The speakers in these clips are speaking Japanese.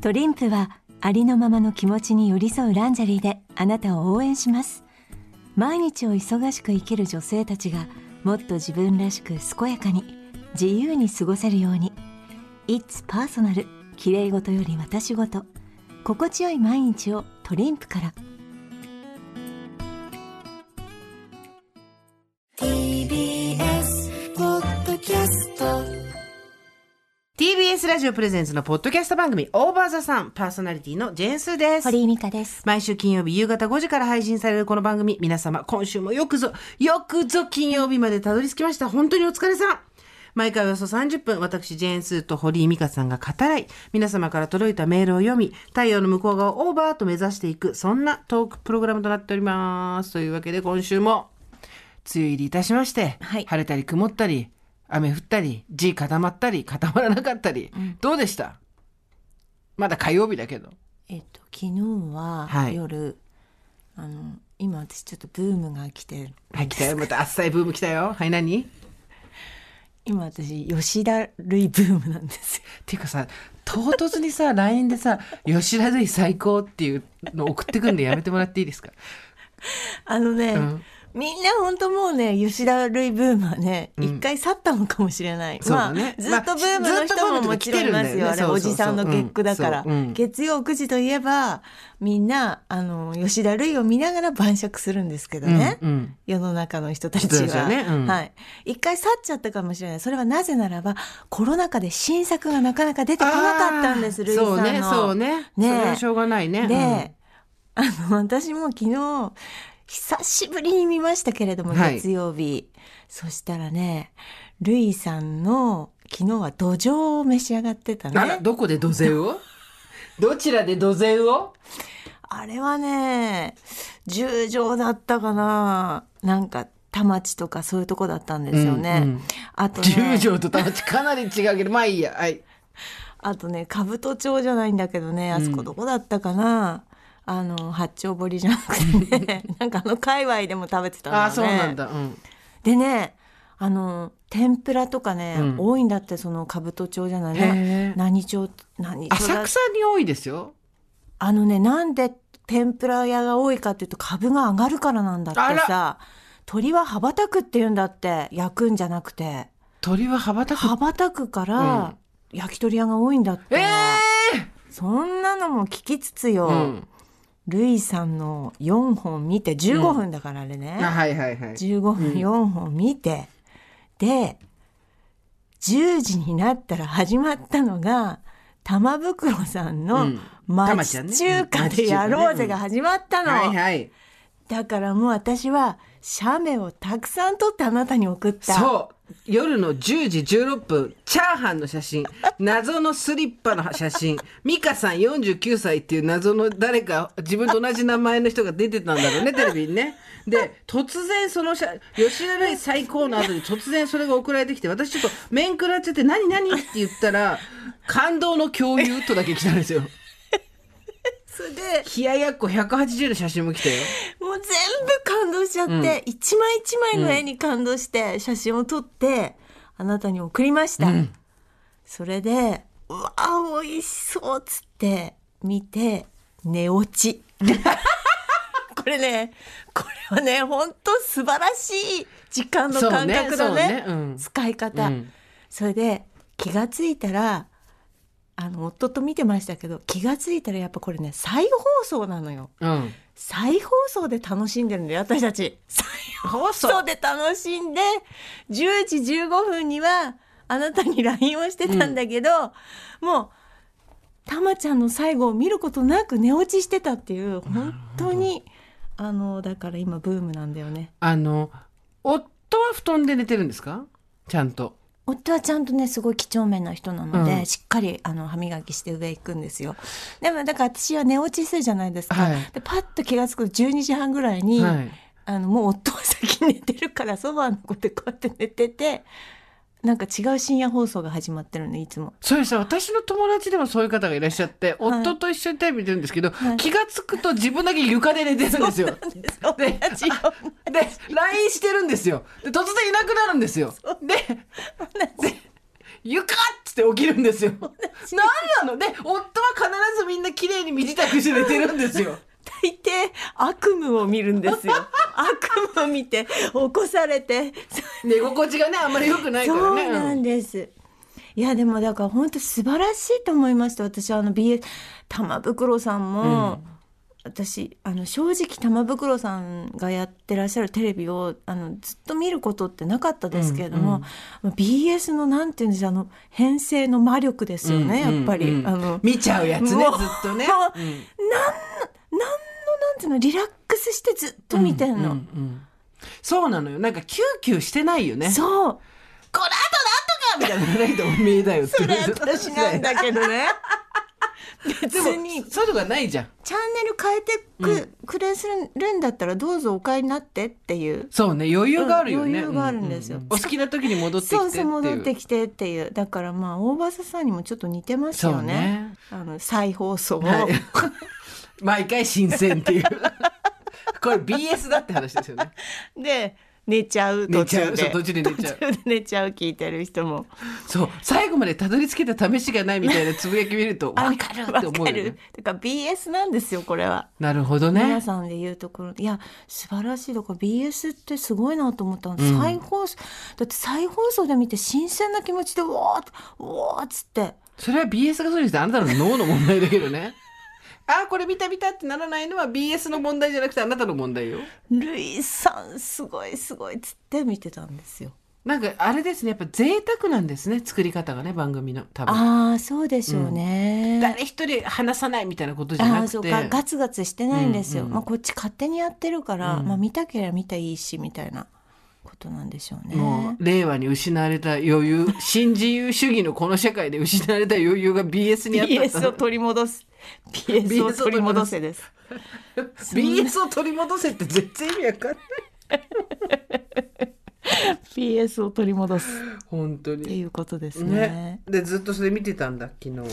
トリンプはありのままの気持ちに寄り添うランジェリーであなたを応援します毎日を忙しく生きる女性たちがもっと自分らしく健やかに自由に過ごせるように「It's Personal きれいごとより私ごと」心地よい毎日をトリンプから TBS ポッドキャスト TBS ラジオプレゼンツのポッドキャスト番組オーバーザさんパーソナリティのジェーンスーです。堀井美香です毎週金曜日夕方5時から配信されるこの番組、皆様今週もよくぞ、よくぞ金曜日までたどり着きました。本当にお疲れさん。毎回およそ30分、私、ジェーンスーと堀井美香さんが語らい、皆様から届いたメールを読み、太陽の向こう側をオーバーと目指していく、そんなトークプログラムとなっております。というわけで今週も、梅雨入りいたしまして、はい晴れたり曇ったり、雨降ったり、地固まったり、固まらなかったり、どうでしたまだ火曜日だけど。えっと昨日ははい夜、あの今私ちょっとブームが来てはい、来たよ。また、あっさいブーム来たよ。はい、何っ今私吉田類ブームなんですよていうかさ、唐突にさ、LINE でさ、吉田類最高っていうの送ってくるんでやめてもらっていい ですかあのね、うんみんな本当もうね吉田類ブームはね一、回去ったのかもしれない、そうだねまあずっとブームまのあずっと人ブーもムもがち来ろてんいるんだまよねすよあれそうそうそうおじさんの結句だから、うんそううん月曜9時といえばみんなあの吉田類を見ながら晩酌するんですけどね、うんうん世の中の人たち人たちは、はねうんはい、一回去っちゃったかもしれないそれはなぜならばコロナ禍で新作がなかなか出てこなかったんです類さんのそうね、そうね。ねえそれはしょうがないね。で、あの私も昨日久しぶりに見ましたけれども、はい月曜日そしたらねルイさんの昨日は土壌を召し上がってたうん、あら、ねどこで土 膳をどちらで土膳をあれはね十条だったかななんか田町とかそういうとこだったんですよね、うんうんあと十ね条と田町かなり違うけど、まあいいや。はい。あとね兜町じゃないんだけどねあそこどこだったかな、あの八丁堀じゃなくて ねなんかあの界隈でも食べてたんだよあねあ、そうなんだ。うん。でねあの天ぷらとかね、うん多いんだってその兜町じゃないへねえ何町何町だ浅草に多いですよ。あのねなんで天ぷら屋が多いかっていうと株が上がるからなんだってあさ鳥は羽ばたくって言うんだって焼くんじゃなくて鳥は羽ばたく。羽ばたくから焼き鳥屋が多いんだって、ええそんなのも聞きつつよ、うん。ルイさんの4本見て15分だからあれね、あはいはいはい。 15分4本見て、で10時になったら始まったのが玉袋さんうのん「玉ちゃん町ね中華でやろうぜ」が始まったの、はいはい。だからもう私は写メをたくさん撮ってあなたに送ったそう夜の10時16分チャーハンの写真謎のスリッパの写真美香さん49歳っていう謎の誰か自分と同じ名前の人が出てたんだろうねテレビにねで突然その写吉田類最高の後に突然それが送られてきて私ちょっと面食らっちゃって「何何?」って言ったら「感動の共有」とだけ来たんですよそれで冷ややっこ180の写真も来たよもう全部感動しちゃって、一枚一枚の絵に感動して写真を撮って、あなたに送りました、それでうわー美味しそうっつって見て寝落ち これねこれはね本当素晴らしい時間の感覚だねそうねそうねうん使い方、うんそれで気がついたらあの夫と見てましたけど気がついたらやっぱこれね再放送なのよ。うん再放送で楽しんでるんだよ私たち再放放送で楽しんで10時15分にはあなたに LINE をしてたんだけど、もうたまちゃんの最後を見ることなく寝落ちしてたっていう本当にあのだから今ブームなんだよねあの夫は布団で寝てるんですかちゃんと夫はちゃんとねすごい几帳面な人なので、うんしっかりあの歯磨きして上行くんですよでもだから私は寝落ちするじゃないですか、はいでパッと気が付くと12時半ぐらいに、はいあのもう夫は先に寝てるからソファーの子でこうやって寝ててなんか違う深夜放送が始まってるのい つもそれさ私の友達でもそういう方がいらっしゃって、はい夫と一緒にテレビ見てるんですけど、い気がつくと自分だけ床で寝てるんですよ。同じよで LINE してるんですよ。で突然いなくなるんですよ。ででゆかっつって起きるんですよ。なんなので、夫は必ずみんな綺麗に身支度して寝てるんですよ。大抵悪夢を見るんですよ悪夢を見て起こされて寝心地がね、あんまり良くないかそらうね。なんです。いやでもだから本当素晴らしいと思いました私あの BS 玉袋さんも、私あの正直玉袋さんがやってらっしゃるテレビをあのずっと見ることってなかったですけれども、BS のなんていうんですかあの編成の魔力ですよね、やっぱり。うんうんあの見ちゃうやつね、ずっもうもうとね。うなんんのなんていうのリラックスしてずっと見てんの、うんうんそうなのよ。なんか、キューキューしてないよね。そう この後なんとかみたいな。ないとおめえだよって。それ私なんだけどね別 でも、そういにうとこがないじゃん。チャンネル変えてく,、くれするんだったらどうぞお買いになってっていうそうね、余裕があるよね。うん余裕があるんですよううお好きな時に戻ってきてっそうてい。そうう戻ってきてっていうだからまあ大場さんにもちょっと似てますそようねね。 あの再放送を、はい毎回新鮮 っていう。これ BS だって話ですよね。 で寝ちゃう寝途ちゃ中う。でそう途中で寝ちゃう。途中で寝ちゃう聞いてる人もそう。最後までたどり着けた試しがないみたいなつぶやき見ると、 わかるって思うわかよねる。だから BS なんですよこれは。なるほど皆ね。さんで言うところいや素晴らしいだから BS ってすごいなと思ったの、再放送だって再放送で見て新鮮な気持ちでうわーってうわーっつってそれは BS がそうですあなたの脳の問題だけどね。 あーこれ見た見たってならないのは BS の問題じゃなくてあなたの問題よ。ルイさんすごいすごいっつって見てたんですよ。なんかあれですねやっぱ贅沢なんですね作り方がね番組の多分ああそうでしょうね。誰一人話さないみたいなことじゃあなあくそうてかガツガツしてないんですよ。うんうんまあこっち勝手にやってるから、うんまあ見たけりゃ見たらいいしみたいなことなんでしょうね。もう令和に失われた余裕新自由主義のこの社会で失われた余裕が BS にあったん BS だを取り戻す BS を取り戻せです。 BS を取り戻せって全然意味わかんない BS を取り戻す本当ってにいうことですね。ねでずっとそれ見てたんだ昨日は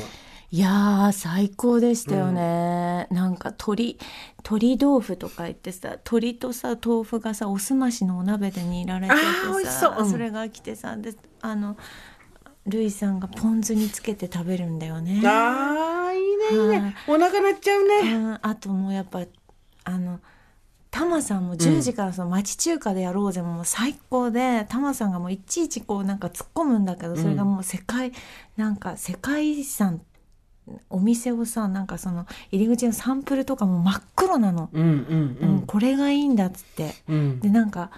いやー最高でしたよね、なんか鶏鶏豆腐とか言ってさ鶏とさ豆腐がさおすましのお鍋で煮られててあー美味しさそううんれが来てさであのルイさんがポン酢につけて食べるんだよね。あーいいねいいねお腹鳴っちゃううねん、あともうやっぱあのタマさんも10時からその町中華でやろうぜももう最高でタマさんがもういちいちこうなんか突っ込むんだけどそれがもう世界、なんか世界遺産お店をさなんかその入り口のサンプルとかも真っ黒なの、うんううんんこれがいいんだっつってうんうんでなんか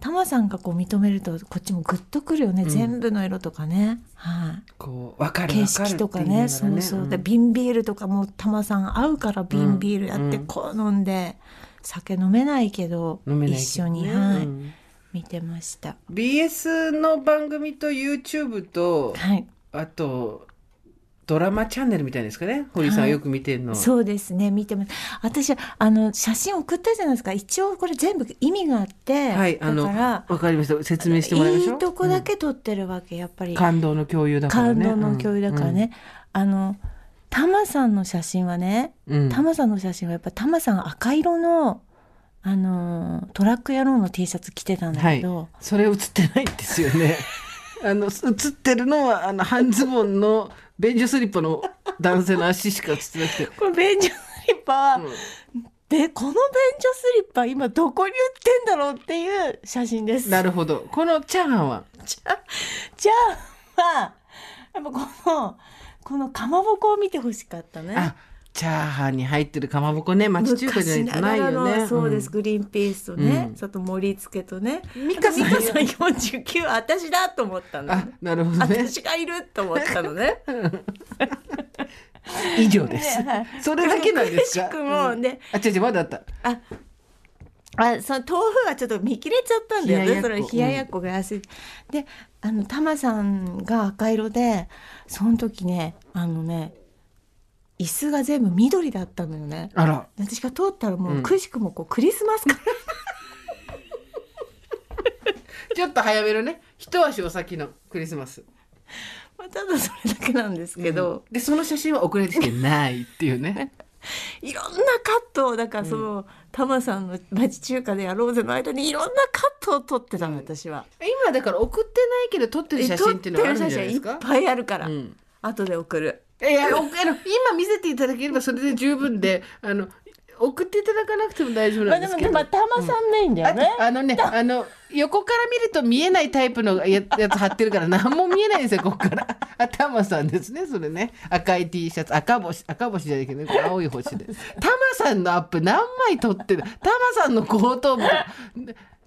タマさんがこう認めるとこっちもグッとくるよね、全部の色とかねはい、こうわかる景わかる色とかって言いながらねそうそう、でん瓶ビールとかもたまさん合うから瓶ビールやってうんこう飲んで、酒飲めないけど飲めないけどね一緒に、はいうん見てました BS の番組と YouTube とはいあとドラマチャンネルみたいですかね堀さんがよく見てるの、そうですね見てます私あの写真送ったじゃないですか一応これ全部意味があって、はいあだのからわかりました説明してもらいましょういいとこだ、け撮ってるわけやっぱりうん感動の共有だから感ね動の共有だからね、あのタマさんの写真はねうん、うんタマさんの写真はやっぱタマさん赤色の、あのートラック野郎の T シャツ着てたんだはけいど、それ映ってないんですよ ねあの映ってるのはあの半ズボンの便所スリッパの男性の足しか映ってな くて、これ便所スリッパは、うんでこの便所スリッパ今どこに売ってんだろうっていう写真です。なるほどこのチャーハンはじゃじゃあはやっぱこのこのかまぼこを見てほしかったねあ。チャーハンに入ってるかまぼこね町中華じゃないとないよ昔ながらねのそうです、んグリーンピースとね、うんちょっと盛り付けとねミカさんミカさん49私だと思ったの、あなるほどね私がいると思ったの ね以上です、ねはいそれだけなんですかくもねあ違う違うまだあったあ、あ、その豆腐はちょっと見切れちゃったんだよ冷ややね。っそこれ冷ややっこが安い。で、あのタマさんが赤色で、その時ね、あのね、椅子が全部緑だったのよね。あら私が通ったらもう、うんくしくもこうクリスマ スかちょっと早めのね一足お先のクリスマスらただそれだけなんですけど、 でその写真は送られてきてないっていうねいろんなカットをだからその、タマさんの町中華でやろうぜの間にいろんなカットを撮ってたの、私は。今だから送ってないけど撮ってる写真っていうのはあるんじゃないです撮ってる写真かいっぱいあるから、ん後で送る。いやおあの今見せていただければそれで十分であの送っていただかなくても大丈夫まなあんでですもけね、ど、まあ、タマさんメインだよね。ああのねあの横から見ると見えないタイプのや やつ貼ってるから何も見えないんですよここから 頭さんですねそれね赤い T シャツ赤星赤星じゃないけど、ね、こう青い星でタマさんのアップ何枚撮ってるタマさんの後頭部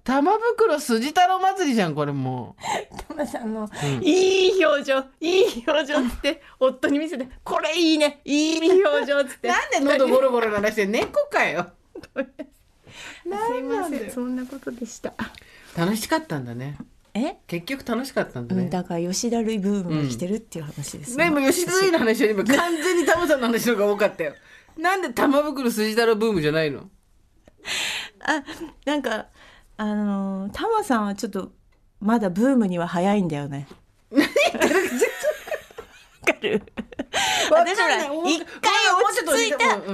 玉袋筋太郎祭りじゃんこれもタマさんの、いい表情、いい表情っつ って、夫に見せて、これいいね、いい表情っつっうて。なんで喉ゴロゴロ鳴らして猫かよ すいま なんせでん、そんなことでした。楽しかったんだねえ、結局楽しかったんだうね、ん、だから吉田類ブームが来てるっていう話です、ね、もう吉田類の話よりも完全にタモさんの話の方が多かったよ。なんで玉袋筋太郎ブームじゃないのあ、なんか、あのー、タマさんはちょっと、まだブームには早いんだよね。わかるわかんない私ほらもう一回落ち着いもうちょっと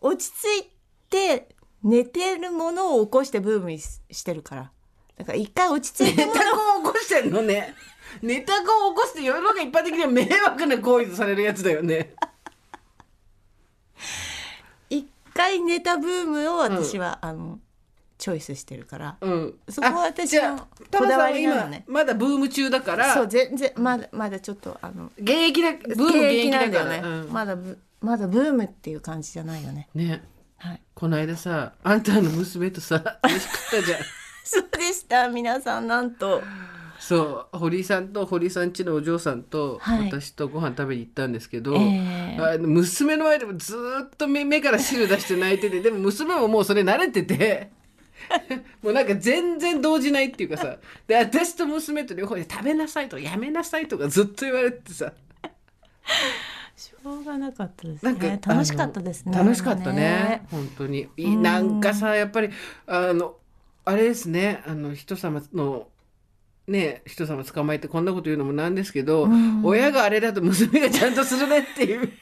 落ち着いてうんうたん一回落ち着いて寝てるものを起こしてブームにししてるからだから一回落ち着いネてタもコンを起こしてんのね。ネタコンを起こして世の中一般的には迷惑な行為とされるやつだよね。一回寝たブームを私は、あのチョイスしてるからうん。そこは私あのじゃあタモこさだんわはりなのね今、まだブーム中だから、そう全然まだまだちょっとあの現役だ、ブーム現現役役なだんだかよね、ら。うんまだブまだブームっていう感じじゃないよねね。はいこの間さ、あんたの娘とさ、飯食ったじゃん。そうでした皆さんなんとそう堀井さんと堀井さん家のお嬢さんとはい私とご飯食べに行ったんですけど、ええあの娘の前でもずーっと目目から汁出して泣いててでも娘ももうそれ慣れてて もうなんか全然動じないっていうかさで私と娘と両方で「食べなさい」とか「やめなさい」とかずっと言われてさしょうがなかったですなんか、ね。楽しかったですね。あの楽しかったねね本当にいいなんかさやっぱりあのあれですねあの人様のね人様捕まえてこんなこと言うのもなんですけど、親があれだと娘がちゃんとするねっていう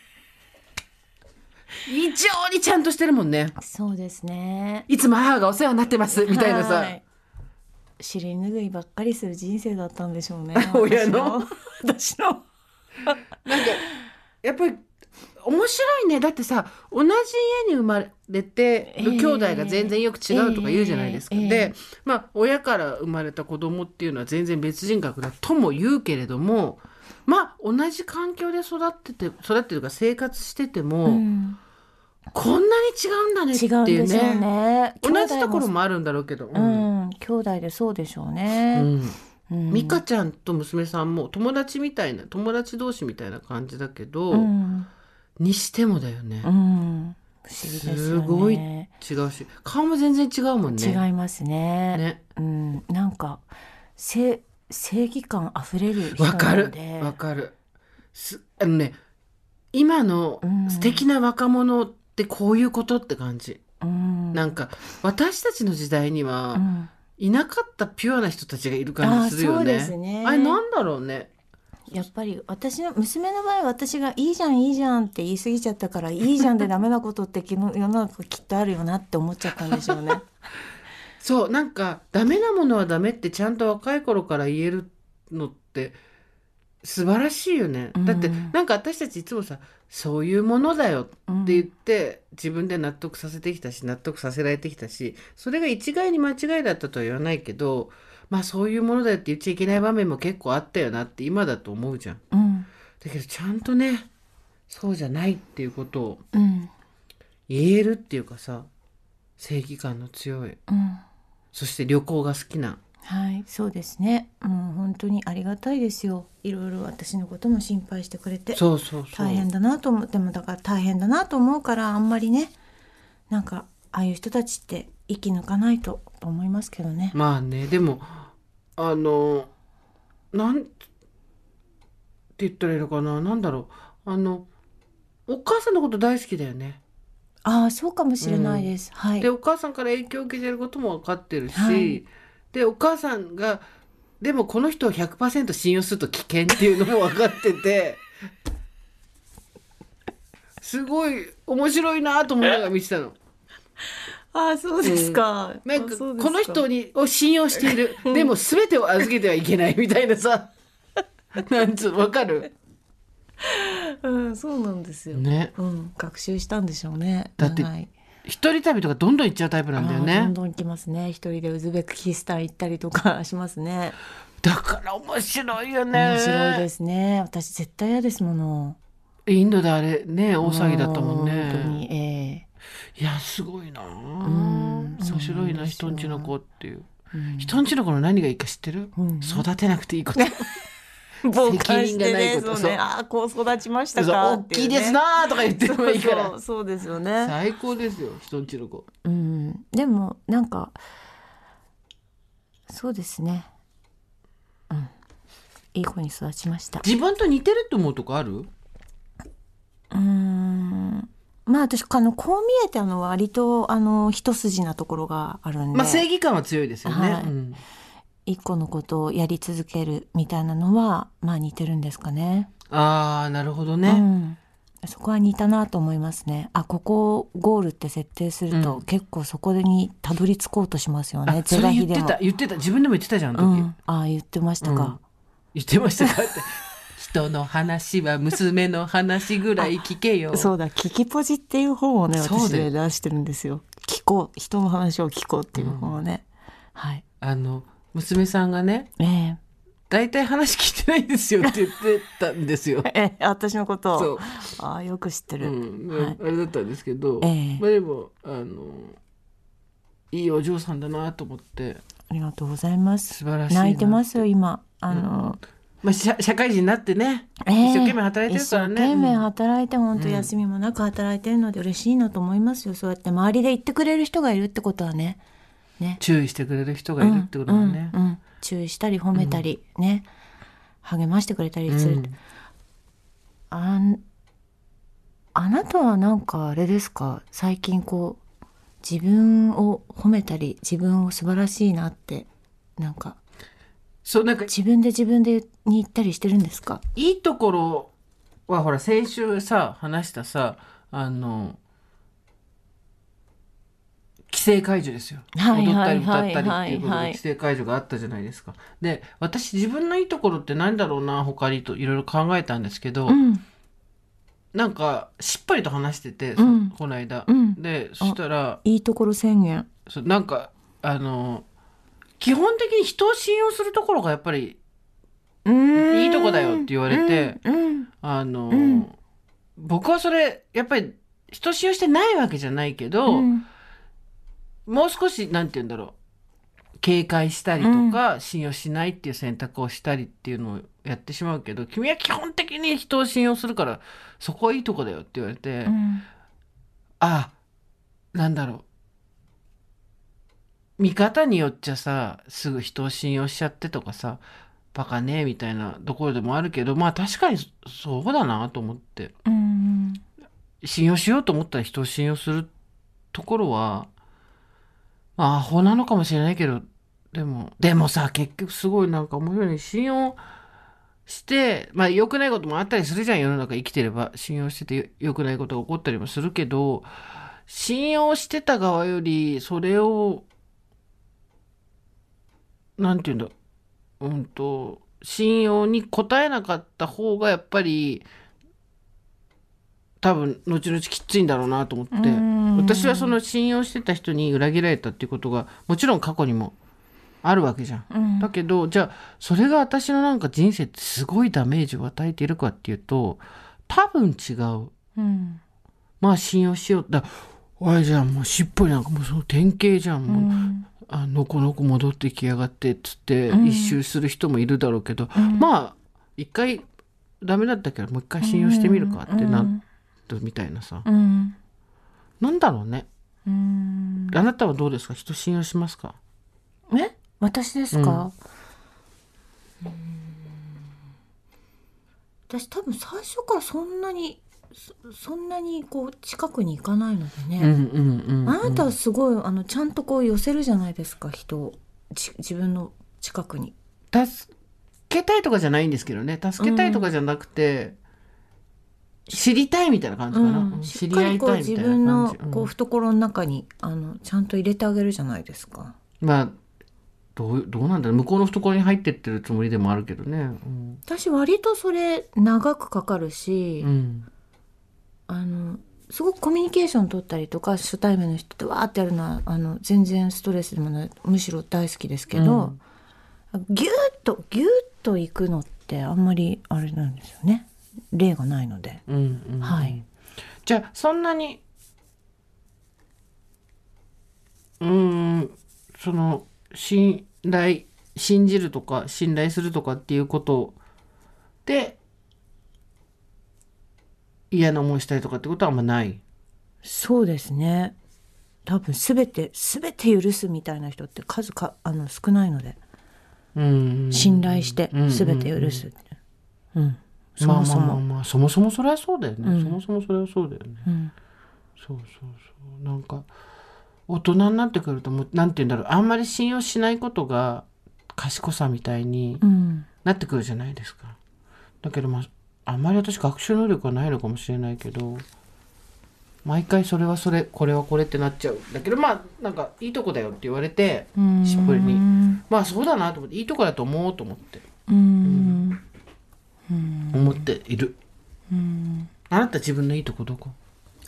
異常にちゃんとしてるもんねそうですね。いつも母がお世話になってますみたいなはさ。。尻拭いばっかりする人生だったんでしょうね 親の私の。私の。なんかやっぱり面白いねだってさ同じ家に生まれてるええ兄弟が全然よく違うとか言うじゃないですか、えええでまあ親から生まれた子供っていうのは全然別人格だとも言うけれどもまあ同じ環境で育ってて育ってるか生活してても、うんこんなに違うんだねって違うんいうでしょうねね。同じところも。もあるんだろうけど、ううんん、兄弟でそうでしょうね。うんうん美香ちゃんと娘さんも友達みたいな友達同士みたいな感じだけど、うん。にしてもだよね。うん。不思議ですよね。すごい違うし顔も全然違うもんね違いますね。ねうん、なんか。せ、正義感あふれる人わかなのるで。わかるすあのね今のうん素敵な若者ってこういうことって感じ、うん。なんか私たちの時代にうはん。いなかったピュアな人たちがいる感じするよあねーそうですねあれなんだろうねやっぱり私の娘の場合私が「いいじゃんいいじゃん」って言い過ぎちゃったから「いいじゃん」でダメなことって世の世の中きっとあるよなって思っちゃったんでしょうね。そうなんかダメなものはダメってちゃんと若い頃から言えるのって素晴らしいよね、うんだってなんか私たちいつもさそういうものだよって言って、自分で納得させてきたし納得させられてきたしそれが一概に間違いだったとは言わないけどまあそういうものだよって言っちゃいけない場面も結構あったよなって今だと思うじゃん。うんだけどちゃんとねそうじゃないっていうことをうん言えるっていうかさ正義感の強いうんそして旅行が好きな。はいそうですねもう本当にありがたいですよいろいろ私のことも心配してくれてそうそうそう大変だなと思ってもだから大変だなと思うからあんまりねなんかああいう人たちって息抜かないとと思いますけどね。まあねでもあのなんって言ったらいいのかななんだろうあのお母さんのこと大好きだよね。ああそうかもしれないです。はいで。お母さんから影響を受けてることも分かってるし、はいでお母さんがでもこの人を100%信用すると危険っていうのも分かっててすごい面白いなと思いながら見てたの。ああそうですか、なんあかそこうですの人にを信用して いるでも全てを預けてはいけないみたいなさなんつうのわかるうんそうなんですよ、ねうん学習したんでしょうねだって長い一人旅とかどんどん行っちゃうタイプなんだよあーどねんどん行きますね一人でウズベクキスタン行ったりとかしますねだから面白いよね面白いですね私絶対嫌ですものインドであれね大騒ぎだったもんう本当ねにえいやすごいなあん面白いなそうなんですよ人んちの子っていうえうん人んちの子の何がいいか知ってる、うん育てなくていいこと傍観責し任がてないねこそうとねそうああこう育ちました そうか大ってきいういねですなーとか言ってもいいからそうそうですよね、最高ですよ人んちの子うん、でもなんかそうですねうんいい子に育ちました自分と似てると思うとこあるうーんまあ私あのこう見えてあの割とあの一筋なところがあるんで、まあ正義感は強いですよね、はいうん一個のことをやり続けるみたいなのはまあ似てるんですかね。ああなるほどね、うん、そこは似たなと思いますね。あここをゴールって設定すると、うん結構そこにたどり着こうとしますよね。あそれ言って是がた言ってた自分でも言ってたじゃんあ非でものう時、ん、あ言ってましたか。言ってましたかって 人の話は娘の話ぐらい聞けよそうだ聞きポジっていう本をねそう私だよで出してるんですよ。聞こう人の話を聞こうっていう本をね。はい。あの娘さんがねええ大体話聞いてないんですよって言ってたんで すよええ私のことをそう、ああよく知ってうる、んはいあれだったんですけど、ええまあでもあのいいお嬢さんだなと思って、ありがとうございます素晴らしいな泣いてますよ今あの、まあ、社社会人になってね、ええ一生懸命働いてるからね一生懸命うん働いて本当休みもなく働いてるので嬉しいなと思いますよ、そうやって周りで言ってくれる人がいるってことはねね注意してくれる人がいるってことだね、うんうんうん注意したり褒めたり、ね励ましてくれたりする、うんあんあなたはなんかあれですか最近こう自分を褒めたり自分を素晴らしいなってなんかそうなんか自分で自分でに行ったりしてるんですか。いいところはほら先週さ話したさあの規制解除ですよ、はいはい踊ったはりい歌ったりっていうことではいはい規制解除があったじゃないですか。で私自分のいいところって何だろうな他にといろいろ考えたんですけど、うん。なんかしっぱりと話してて、うんそこの間。うんでそしたらいいところ宣言。そなんかあの基本的に人を信用するところがやっぱりうんいいとこだよって言われて。うんうんあの、うん僕はそれやっぱり人使用してないわけじゃないけうど、んもう少しなんて言うんだろう警戒したりとか、信用しないっていう選択をしたりっていうのをやってしまうけど君は基本的に人を信用するからそこはいいとこだよって言われて、うんあなんだろう見方によっちゃさすぐ人を信用しちゃってとかさバカねみたいなところでもあるけどまあ確かにそうだなと思って。うん信用しようと思ったら人を信用するところは、まあ、アホなのかもしれないけど、でも、でもさ、結局すごいなんか面白いね。信用して、まあ、良くないこともあったりするじゃん、世の中生きてれば。信用しててよ良くないことが起こったりもするけど、信用してた側より、それを、なんていうんだ、うんと、信用に応えなかった方が、やっぱり、多分後々きついんだろうなと思ってうん私はその信用してた人に裏切られたっていうことがもちろん過去にもあるわけじゃん。うんだけどじゃあそれが私のなんか人生ってすごいダメージを与えているかっていうと多分違ううんまあ信用しようだおいじゃあもう尻尾なんかもうその典型じゃんもう、あのこの子戻ってきやがってっつってうん一周する人もいるだろうけど、うんまあ一回ダメだったけどもう一回信用してみるかってなったみたいなさ、うんなんだろうねうんあなたはどうですか人信用しますかえ私ですか、うーん私多分最初からそんなにそそんなにこう近くに行かないのでうんね、うんうん、うん、あなたはすごいあのちゃんとこう寄せるじゃないですか人をじ自分の近くに。助けたいとかじゃないんですけどね助けたいとかじゃなくて、知りたいみたいな感じかな、うん、し知っりか合りいこうたい自みたい分なの感じ、うんこう懐の中にあのちゃんと入れてあげるじゃないですか。まあどうどうなんだろう向こうの懐に入ってってるつもりでもあるけどね、うん私割とそれ長くかかるし、うんあのすごくコミュニケーション取ったりとか初対面の人とわーってやるのはあの全然ストレスでもないむしろ大好きですけど、ぎゅーっとぎゅーっと行くのってあんまりあれなんですよね例がないので、うんうんはいじゃあそんなにうーんその信頼信じるとか信頼するとかっていうことで嫌な思いしたりとかってことはあんまない。そうですね多分全て全て許すみたいな人って数かあの少ないのでうん信頼してうん全て許すってうん、そまあもそまあも、まあまあそもそもそれはそうだよね、うんそもそもそれはそうだよねうんそうそうそうなんか大人になってくるともうなんて言うんだろうあんまり信用しないことが賢さみたいにうんなってくるじゃないですか。だけどまああんまり私学習能力はないのかもしれないけど毎回それはそれこれはこれってなっちゃうんだけどまあなんかいいとこだよって言われてうんシンプルうにんまあそうだなと思っていいとこだと思おうと思ってうん思っている。あなた自分のいいとこどこ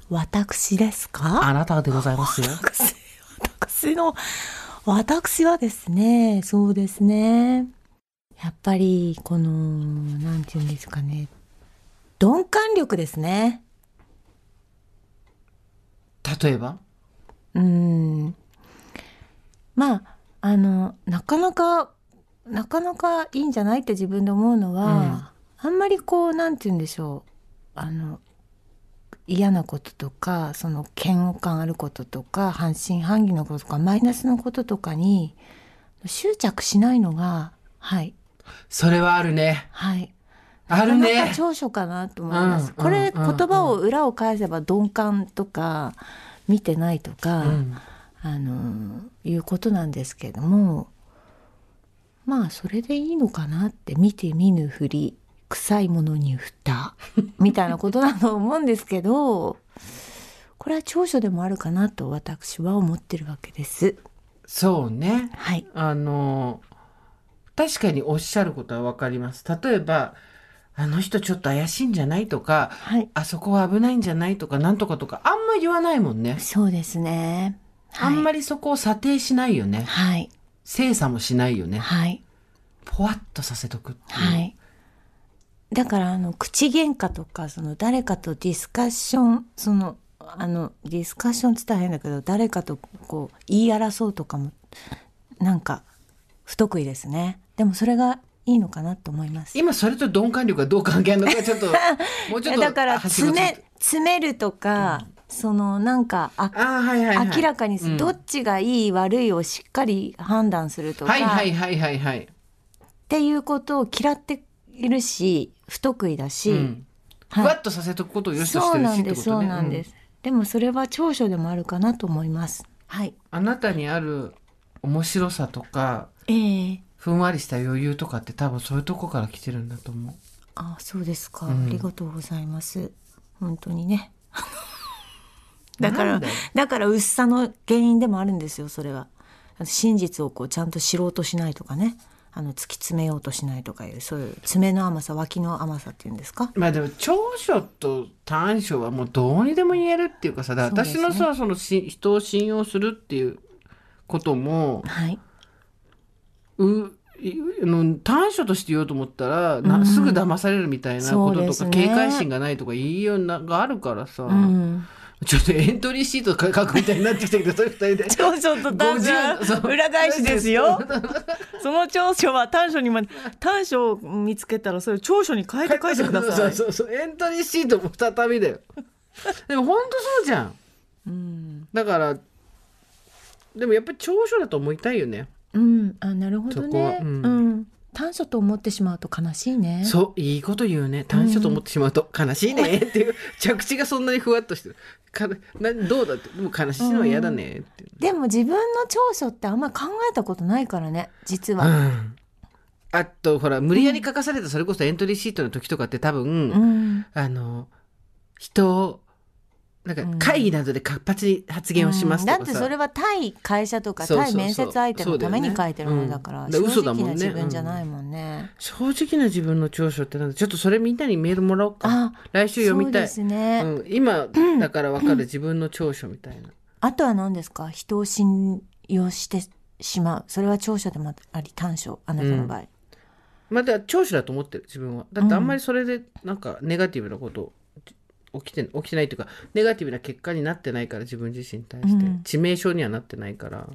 私ですかあなたでございますよ。私私の私はですねそうですねやっぱりこのなんて言うんですかね鈍感力ですね例えばうんまああのなかなかなかなかいいんじゃないって自分で思うのは、あんまりこうなんて言うんでしょうあの嫌なこととかその嫌悪感あることとか半信半疑のこととかマイナスのこととかに執着しないのがはいそれはあるね。はい。あなかるなかね。長所かなと思います。うんこれ、うん言葉を裏を返せば鈍感とか見てないとか、うんあのいうことなんですけれどもまあそれでいいのかなって見て見ぬふり臭いものに蓋みたいなことだと思うんですけどこれは長所でもあるかなと私は思ってるわけです。そうね。はい、あの確かにおっしゃることはわかります。例えばあの人ちょっと怪しいんじゃないとか、はい、あそこは危ないんじゃないとかなんとかとかあんま言わないもんね。そうですね。あんまりりそこを査定しないよね。はい精査もしないよね。はいぽわっとさせとくっていう。はい。だからあの口喧嘩とかその誰かとディスカッションそのあのディスカッションって言ったら変だけど誰かとこう言い争うとかもなんか不得意ですね。でもそれがいいのかなと思います。今それと鈍感力がどう関係あるのかち ょっともうちょっとだからはしご詰ついめ詰めるとか、そのなんかああーはいはいはい。明らかにすうんどっちがいい悪いをしっかり判断するとか、はいはいはいはいはい。っていうことを嫌っているし不得意だし。うん。はいふわっとさせとくことをよしとしそうてるなしんっでてこす、とそうね。なんです。でもそれは長所でもあるかなと思います。はい。あなたにある面白さとかええふんわりした余裕とかって多分そういうとこから来てるんだと思あ、そうですか、うんありがとうございます。本当にね。う。だかならんよだから薄さの原因でもあるんですよ。それは。真実をこうちゃんと知ろうとしないとかね。あの突き詰めようとしないとかいうそういう爪の甘さ脇の甘さっていうんですか。まあでも長所と短所はもうどうにでも言えるっていうかさ、だから私のさ、そのし人を信用するっていうことも、はい。ういの短所として言おうと思ったら、なうんすぐ騙されるみたいなこそうととでか、すね警戒心がないとか言いようながあるからさ、うん。ちょっとエントリーシートか 書くみたいになってきたけど、それ二人 で。長所と短50そう所裏返しですよ。 その長所は短所にまで短所を見つけたらそれを長所に変えて書いてくだそさうい。そうそうそうエントリーシートも再び だよでも本当そうじゃんうん、だからでもやっぱり長所だと思いたいよねうん、あなるほどそこはね。ううんん、短所と思ってしまうと悲しいね。そういいこと言うね短所と思ってしまうと悲しいねっていう着地がそんなにふわっとしてるかなどうだってでも悲しいのは嫌だねっていうでも自分の長所ってあんまり考えたことないからね実うは。んあとほら無理やり書かされたそれこそエントリーシートの時とかって多分、うん、あの人をなんか会議などで活発に発言をしますとだかっさ、てそれは対会社とかそうそう対そう面接相手のために書いてるものだからそうだよねうん正だから嘘だ直もなんね自分じゃないもんね。正直な自分の長所ってなんだちょっとそれみんなにメールもらおうかあ来週読みたいそうですねうん、今だから分かる自分の長所みたいな、あとは何ですか人を信用してしまうそれは長所でもあり短所あなたの場合。まあだから長所だと思ってる自分はだってあんまりそれでなんかネガティブなこと起きて起きてないというかネガティブな結果になってないから自分自身に対して、うん致命傷にはなってないから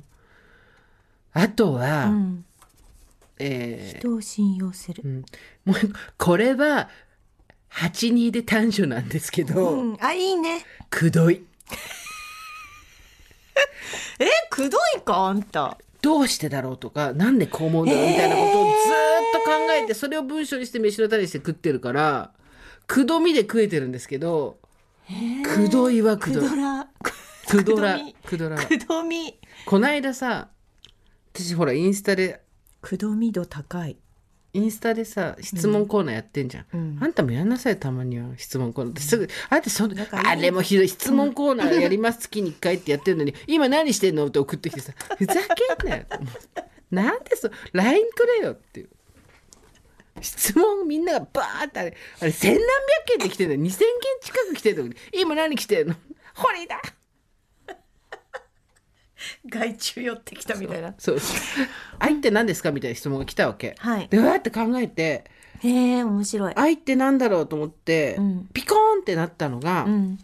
あとは、うんえー人を信用する。もう一個これは82で短所なんですけど、うん、あいいねくどいえくどいかあんたどうしてだろうとかなんでこう思うんだろうみたいなことをずーっと考えてそれを文章にして飯の種にして食ってるからくどみで食えてるんですけどくどいはくくどいどらくどくどらみくどらくどみこないださ私ほらインスタでくどみ度高いインスタでさ質問コーナーやってんじゃん、あんたもやんなさいたまには質問コーナーってすぐあってそのあれもひどい質問コーナーやります月に1回ってやってる のに今何してんのって送ってきてさふざけんなよと思ってなんでそう LINE くれよっていう質問みんながバーってあれあれ1,000何百件って来てんだよ2,000件近く来てんのに今何来てんのホリ だ害虫寄ってきたみたいなそうそう愛って何ですかみたいな質問が来たわけ、はいでうわーって考えてへえ面白い。愛ってなんだろうと思って、んピコーンってなったのが、うん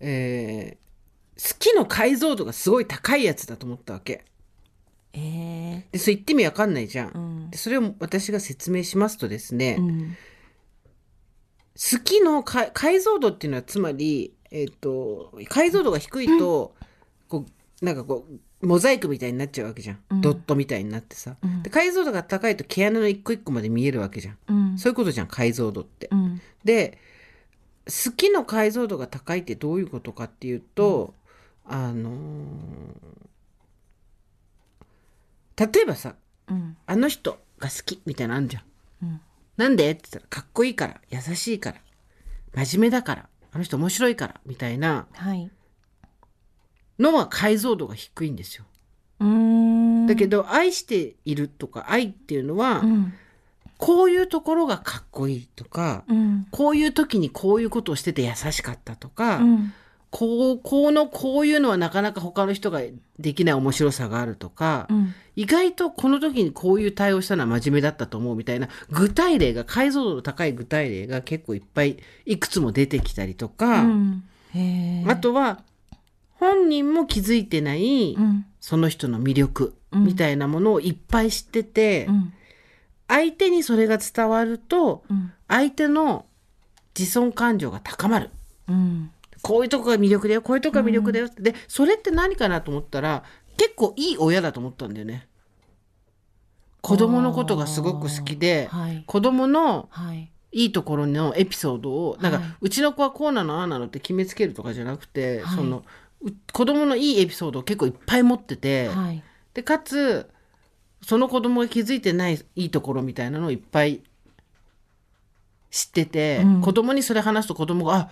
えー好きの解像度がすごい高いやつだと思ったわけええでそれ言ってみわかんないじゃん、んでそれを私が説明しますとですね、うん好きのか解像度っていうのはつまり、えっと解像度が低いと、こうなんかこうモザイクみたいになっちゃうわけじゃん、ドットみたいになってさ、で解像度が高いと毛穴の一個一個まで見えるわけじゃん、うんそういうことじゃん解像度ってう、んで好きの解像度が高いってどういうことかっていうと、あのー例えばさうんあの人が好きみたいなのあんじゃん。なんでって言ったらかっこいいから優しいから真面目だからあの人面白いからみたいなはい。のは解像度が低いんですよ。うーんだけど愛しているとか愛っていうのは、うんこういうところがかっこいいとか、うんこういう時にこういうことをしてて優しかったとか、うんこう、この、こういうのはなかなか他の人ができない面白さがあるとか、うん意外とこの時にこういう対応したのは真面目だったと思うみたいな具体例が、解像度の高い具体例が結構いっぱいいくつも出てきたりとか、うんへえあとは本人も気づいてない、うんその人の魅力うんみたいなものをいっぱい知ってて、うん相手にそれが伝わると、うん相手の自尊感情が高まる。うんこういうとこが魅力だよこういうとこが魅力だよって、でそれって何かなと思ったら結構いい親だと思ったんだよね子供のことがすごく好きで、はい子供のはいいいところのエピソードをなんか、はいうちの子はこうなのああなのって決めつけるとかじゃなくて、はいそのう子供のいいエピソードを結構いっぱい持ってて、はいでかつその子供が気づいてないいいところみたいなのをいっぱい知ってて、うん子供にそれ話すと子供があ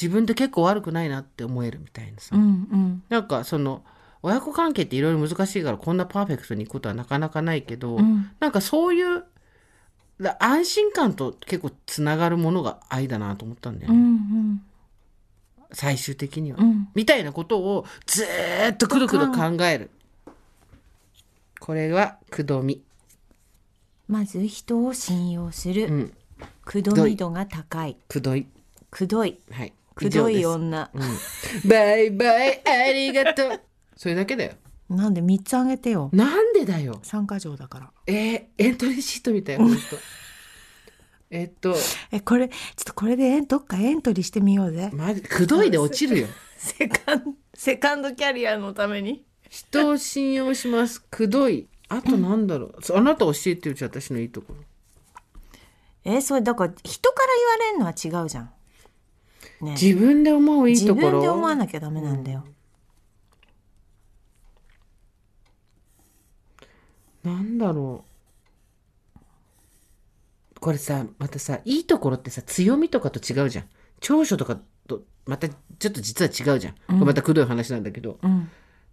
自分って結構悪くないなって思えるみたいなさ、うんうんなんかその親子関係っていろいろ難しいからこんなパーフェクトにいくことはなかなかないけど、うんなんかそういうだ安心感と結構つながるものが愛だなと思ったんだようね、ん最終的には、うんみたいなことをずーっとくどくど考えるこれはくどみまず人を信用する、うんくどみ度が高いくどいくどいはいくど以い上女、ですバイバイありがとうそれだけだよなんで三つあげてよなんでだよ三箇条だからえー、エントリーシートみたいなほんとえっとえこれちょっとこれでえんどっかエントリーしてみようぜマジくどいで落ちるよセカンセカンドキャリアのために人を信用しますくどいあとなんだろう、そうあなた教えてよじゃあ私のいいところえそれだから人から言われるのは違うじゃんね自分で思ういい自ところ分で思わなきゃダメなんだよ、なんだろうこれさまたさいいところってさ強みとかと違うじゃん長所とかとまたちょっと実は違うじゃん、これまたくどい話なんだけど、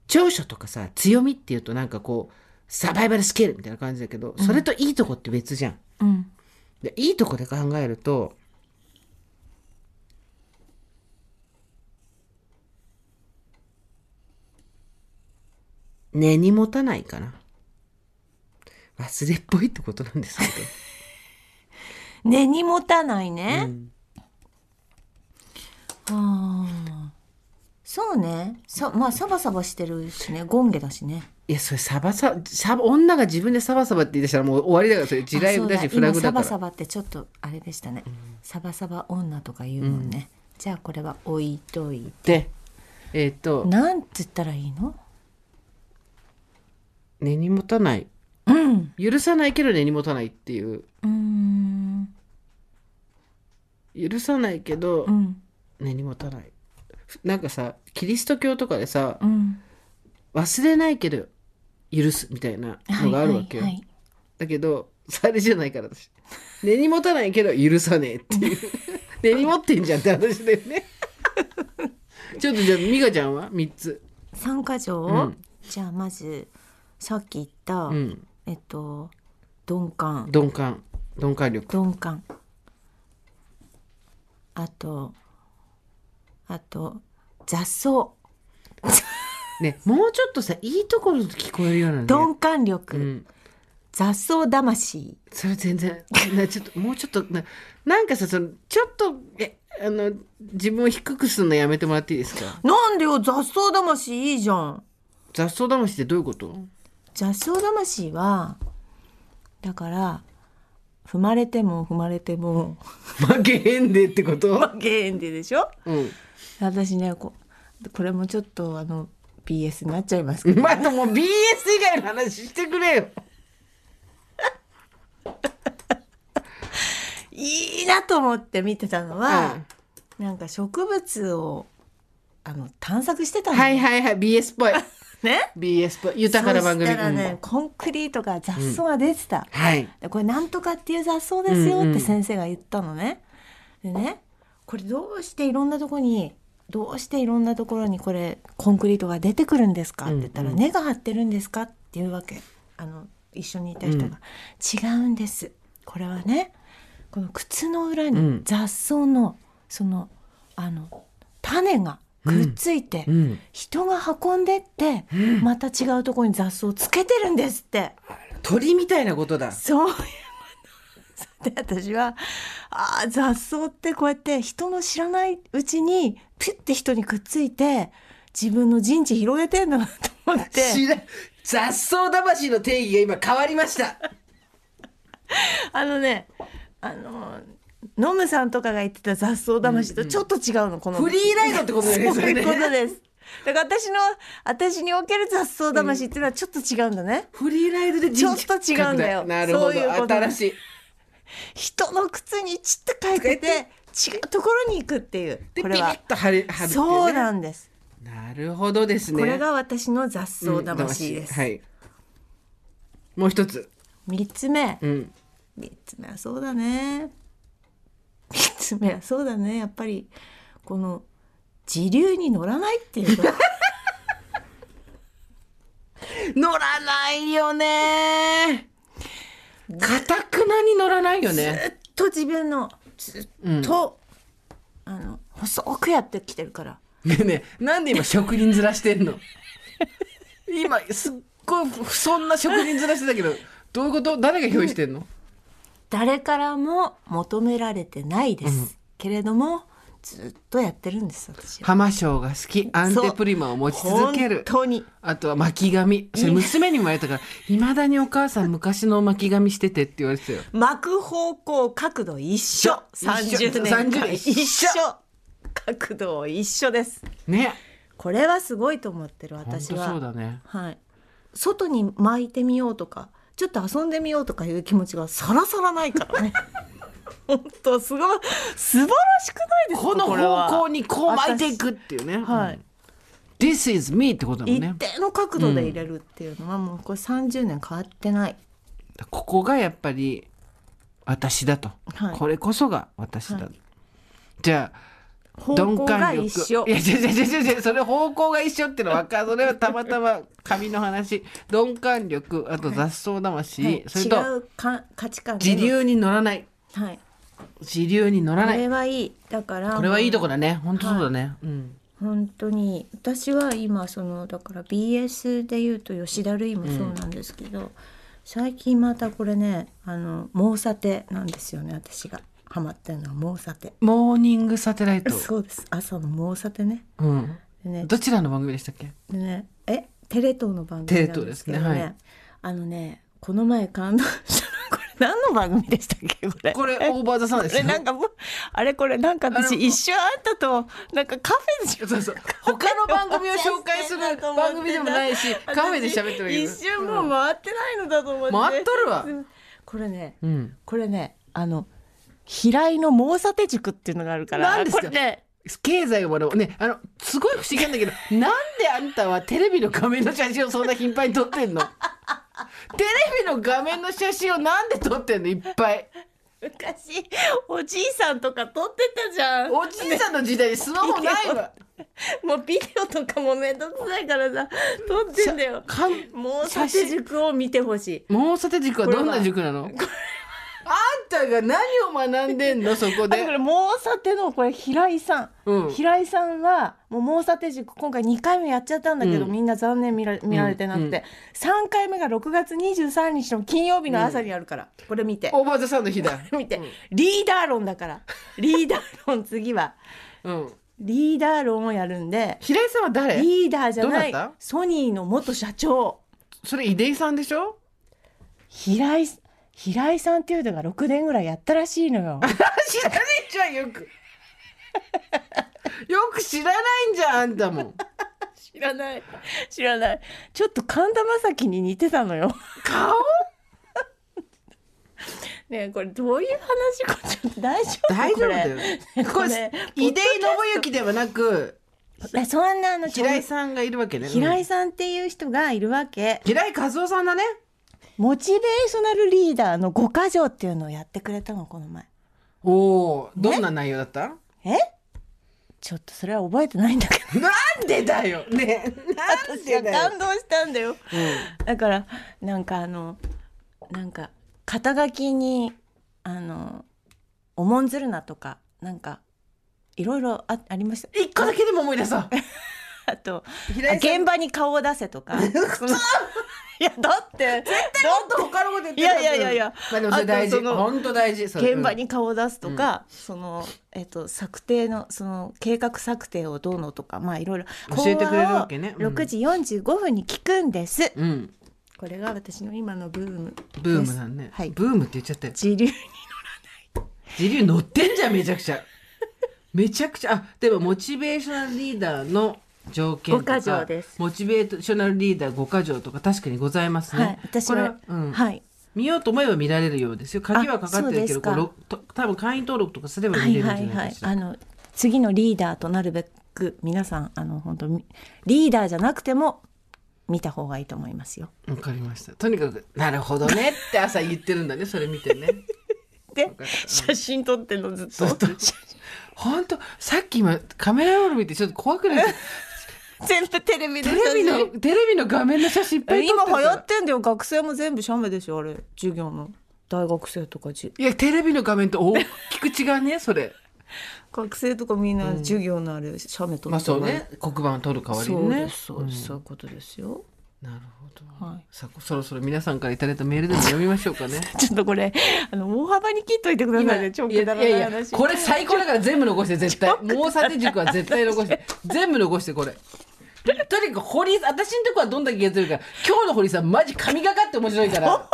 長所とかさ強みっていうとなんかこうサバイバルスキルみたいな感じだけどそれといいとこって別じゃん。うんでいいとこで考えると根に持たないかな忘れっぽいってことな んですけど。根に持たないね、ああそうねさまあサバサバしてるしねゴンゲだしねいや、それサバサ、サバ、女が自分でサバサバって言い出したらもう終わりだから、それ地雷だし、フラグだ今サバかサら。バってちょっとあれでしたね、サバサバ女とか言うもんね、じゃあこれは置いといで、えっ、と、なんつったらいいの根に持たない。許さないけど根に持たないっていう。うん許さないけどう、ん根に持たない。なんかさ、キリスト教とかでさう、ん忘れないけど許すみたいなのがあるわけよ。はいはいはいだけど、それじゃないから私。根に持たないけど許さねえっ ていう。根に持ってんじゃんって話だよね。 ちょっとじゃあ、美香ちゃんは ?3 つ。三箇条、うんじゃあまずさっき言った、うん。えっと鈍感鈍感鈍感力鈍感あとあと雑草ねもうちょっとさいいところと聞こえるようなね鈍感力、うん雑草魂それ全然なちょっともうちょっとななんかさそのちょっとえあの自分を低くするのやめてもらっていいですかなんでよ雑草魂いいじゃん雑草魂ってどういうこと雑草魂はだから踏まれても踏まれて も負けへんでってことゲーンででしょうん私ねここれもちょっとあの BS になっちゃいますけど、またもう BS 以外の話してくれよいいなと思って見てたのは、うんなんか植物をあの探索してたの、はいはいはい BS っぽいね BS っぽい豊かな番組そしたらね、うんコンクリートが雑草が出てた、はいでこれなんとかっていう雑草ですようんっうんて先生が言ったのね。でねこれどうしていろんなとこにどうしていろんなところにこれコンクリートが出てくるんですかって言ったら、根が張ってるんですかっていうわけあの一緒にいた人が、違うんですこれはねこの靴の裏うんに雑草のそのあの種がくっついて、うん人が運んでって、また違うところに雑草をつけてるんですって。鳥みたいなことだそういうもの。で私はあー雑草ってこうやって人の知らないうちにピュッて人にくっついて自分の陣地広げてんだなと思って知ら雑草魂の定義が今変わりましたあのねあのノムさんとかが言ってた雑草魂とちょっと違うのこのフリーライドってことですよそういうことね。です。だから私の私における雑草魂っていうのはちょっと違うんだね。フリーライドでちょっと違うんだよなるほど。そういうこと新しい。人の靴にちっと変えてて違うところに行くっていうこでピれリはッと張る張るっていねそうなんです。なるほどですね。これが私の雑う草ん魂です。三、はい。もう一つ。つ目、うん。三つ目はそうだね。三つ目はそうだね。やっぱりこの自流に乗らないっていうの乗らないよね。かたくなに乗らないよね。と自分のずっと、あの細くやってきてるから。ねえねえなんで今職人ずらしてんの。今すっごいそんな職人ずらしてたけど、どういうこと？誰が表してんの？誰からも求められてないです。けれどもずっとやってるんです私は。浜章が好きアンテプリマを持ち続ける本当に。あとは巻き髪それ娘にも言われたからいまだにお母さん昔の巻き髪しててって言われてたよ巻く方向角度一緒一緒30年30間年一緒一緒角度一緒ですねこれはすごいと思ってる本私当はそうだねはい、外に巻いてみようとかちょっと遊んでみようとかいう気持ちがさらさらないから ね本当すごい素晴らしくないですかこのれは方向にこう巻いていくっていうね、はいうん This is me ってことだもん一ね定の角度で入れるっていうのはもうこれ30年変わってないここがやっぱり私だと、はいこれこそが私だ、はいじゃあ方鈍向が感力一緒いや違う違う違う違うそれ方向が一緒ってのわかるそれはたまたま紙の話鈍感力あと雑草魂、はいそれと違うか価値観で自の流に乗らないはい自流に乗らこないれはいいだからこれはいいとこだね本当そうだね、うん本当に私は今そのだから BS で言うと吉田類もそうなんですけど、最近またこれねあの猛サテなんですよね私がハマってるのは猛サテモーニングサテライト、そうです朝の猛サテねうん、でねどちらの番組でしたっけでねえテレ東の番組なんですけどねテレ東ですねはいあのねこの前感動したこれ何の番組でしたっけこれこれオーバーザさんですこれよなんかもうあれこれなんか私あの一瞬あんたとなんかカフェでそうそう他の番組を紹介する番組でもないし私カフェで喋ってる一瞬もう回ってないのだと思って回っとるわこれねうんこれねあの平井の猛査手塾っていうのがあるから何ですかこれね経済を学ぶねあのすごい不思議なんだ けどなんであんたはテレビの画面の写真をそんな頻繁に撮ってんのテレビの画面の写真をなんで撮ってんのいっぱい昔おじいさんとか撮ってたじゃんおじいさんの時代にスマホないわもうビデオとかもめんどくさいからさ撮ってんだよかん猛査手塾を見てほしいもうさて塾はどんな塾なのあんたが何を学んでんのそこだかでら猛査手のこれ平井さん、うん平井さんはもう猛査手塾今回2回目やっちゃったんだけど、うんみんな残念見ら見られてなくて、3回目が6月23日の金曜日の朝にあるから、これ見てオーバーザさんの日だ見て、リーダー論だからリーダー論次はうんリーダー論をやるんで平井さんは誰リーダーじゃないどなたソニーの元社長それ出井さんでしょ平井平井さんっていうのが6年ぐらいやったらしいのよ知らないじゃんよく よく知らないんじゃんあんたも知らない知らないちょっと神田正輝に似てたのよ顔 ねえこれどういう話これちょっと大丈夫大丈夫だよここれれね出井信之ではなくこれそんなあの平井さんがいるわけね平うん井さんっていう人がいるわけ平井和夫さんだねモチベーショナルリーダーの5か条っていうのをやってくれたのこの前おおどんな内容だった、えちょっとそれは覚えてないんだけどなんでだよねなん私ではだよ感動したんだようんだからなんかあのなんか肩書きにあの重んずるなとかなんかいろいろあありました 一個だけでも思い出そう。あと平あ井さん現場に顔を出せと かい普通もっやだって絶と他のこと言っていやいやいやいやまあでもそれ大あと事。その本当大事。それ現場。に顔を出すとか、そのえっと策定のその計画策定をどうのとかまあいろいろ教えてくれるわけね講話をうん6時45分に聞くんです、うん。これが私の今のブームですブームだね。はいブームって言っちゃったよ。自流に自流乗ってんじゃんめちゃくちゃ。めちゃくちゃ。あでもモチベーショナルリーダーの条件とか。五箇条ですモチベーショナルリーダー5か条とか確かにございますね。はい私これはは、うん、はい見ようと思えば見られるようですよ。鍵はかかってるけど、あそうこうですかろと多分会員登録とかすればは見れいるんはじゃいはないいかしら。あの次のリーダーとなるべく皆さんあの本当にリーダーじゃなくても見た方がいいと思いますよわかりました。とにかく、なるほどねって朝言ってるんだね、それ見てね。でかった写真撮ってんのずっとずっと本当さっき今カメラロール見てちょっと怖くな っちゃっ全部テレビでたテレビ写真のテレビの画面の写真いっぱい撮今ってる流行ってんだよ学生も全部写メでしょあれ授業の大学生とかじいやテレビの画面と大きく違う ねそれ学生とかみんな授業のあれ写メ撮まあってそうるね黒板を取る代わりそにうねですそうですそういうことですよなるほど、はいさあそろそろ皆さんからいただいたメールでも読みましょう かねちょっとこれあの大幅に切っといてくださいね超いくだやらないいやいや話これ最高だから全部残して絶対もう査定塾は絶対残して全部残してこれとにかく堀井さん私のとこはどんだけやってるから今日の堀井さんマジ神がかって面白い から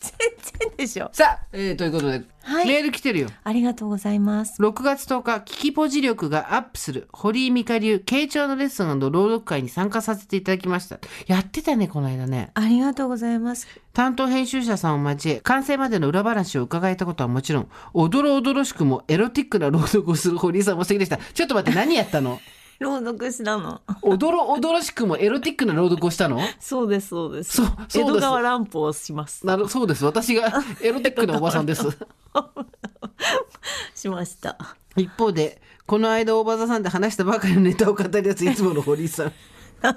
全然でしょさあ、えー、ということで、はいメール来てるよありがとうございます6月10日、聞きポジ力がアップする、堀井美香流、慶長のレッスン朗読会に参加させていただきました。やってたね、この間ね。ありがとうございます担当編集者さんを交え、完成までの裏話を伺えたことはもちろん、おどろおどろしくもエロティックな朗読をする堀井さんも素敵でした。ちょっと待って、何やったの朗読したのおどろおどろしくもエロティックな朗読をしたのそうですそうですそうそうです江戸川乱歩をしますなるそうです。私がエロティックなおばさんです。 しました一方でこの間大場座さんで話したばかりのネタを語るやついつもの堀井さんあ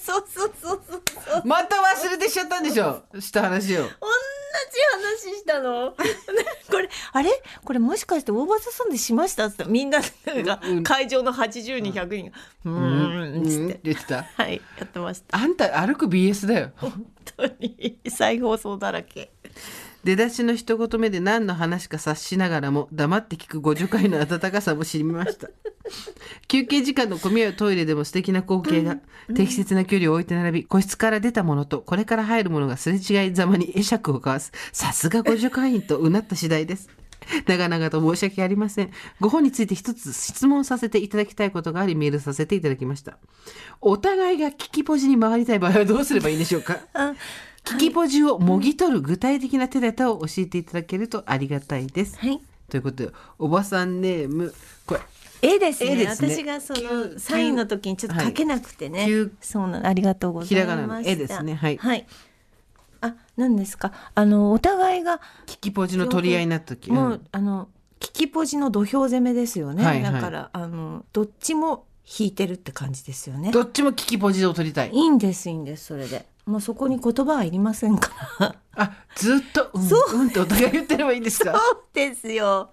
そうそうそうそうそうまた忘れてしちゃったんでしょした話を同じ話した のこれあれこれもしかして大場さんでしましたって言ったらみんなが会場の80人100人が「うーん」っつうんっってて、言ってたはいやってましたあんた歩く BS だよ本当に再放送だらけ出だしの一言目で何の話か察しながらも黙って聞く50回の温かさも知りました休憩時間の混み合うトイレでも素敵な光景が、適切な距離を置いて並び個室から出たものとこれから入るものがすれ違いざまに会釈を交わすさすが50回員とうなった次第です 長々と申し訳ありません。ご本について一つ質問させていただきたいことがありメールさせていただきました。お互いが聞きポジに回りたい場合はどうすればいいでしょ うか聞きポジをもぎ取る具体的な手立を教えていただけるとありがたいです。はいということでおばさんネームこれ A ですね A ですね私がそのサインの時にちょっと書けなくてね、急そうなのありがとうございますひらがなの A ですねはいはいあ何ですかあのお互いが聞きポジの取り合いになった時、もう、うんあの聞きポジの土俵攻めですよね、はいはいだからあのどっちも引いてるって感じですよねどっちも聞きポジを取りたいい。いんですいいんですそれでもうそこに言葉はいりません からあずっとうんうんってお互い言ってればいいんですか。そうですよ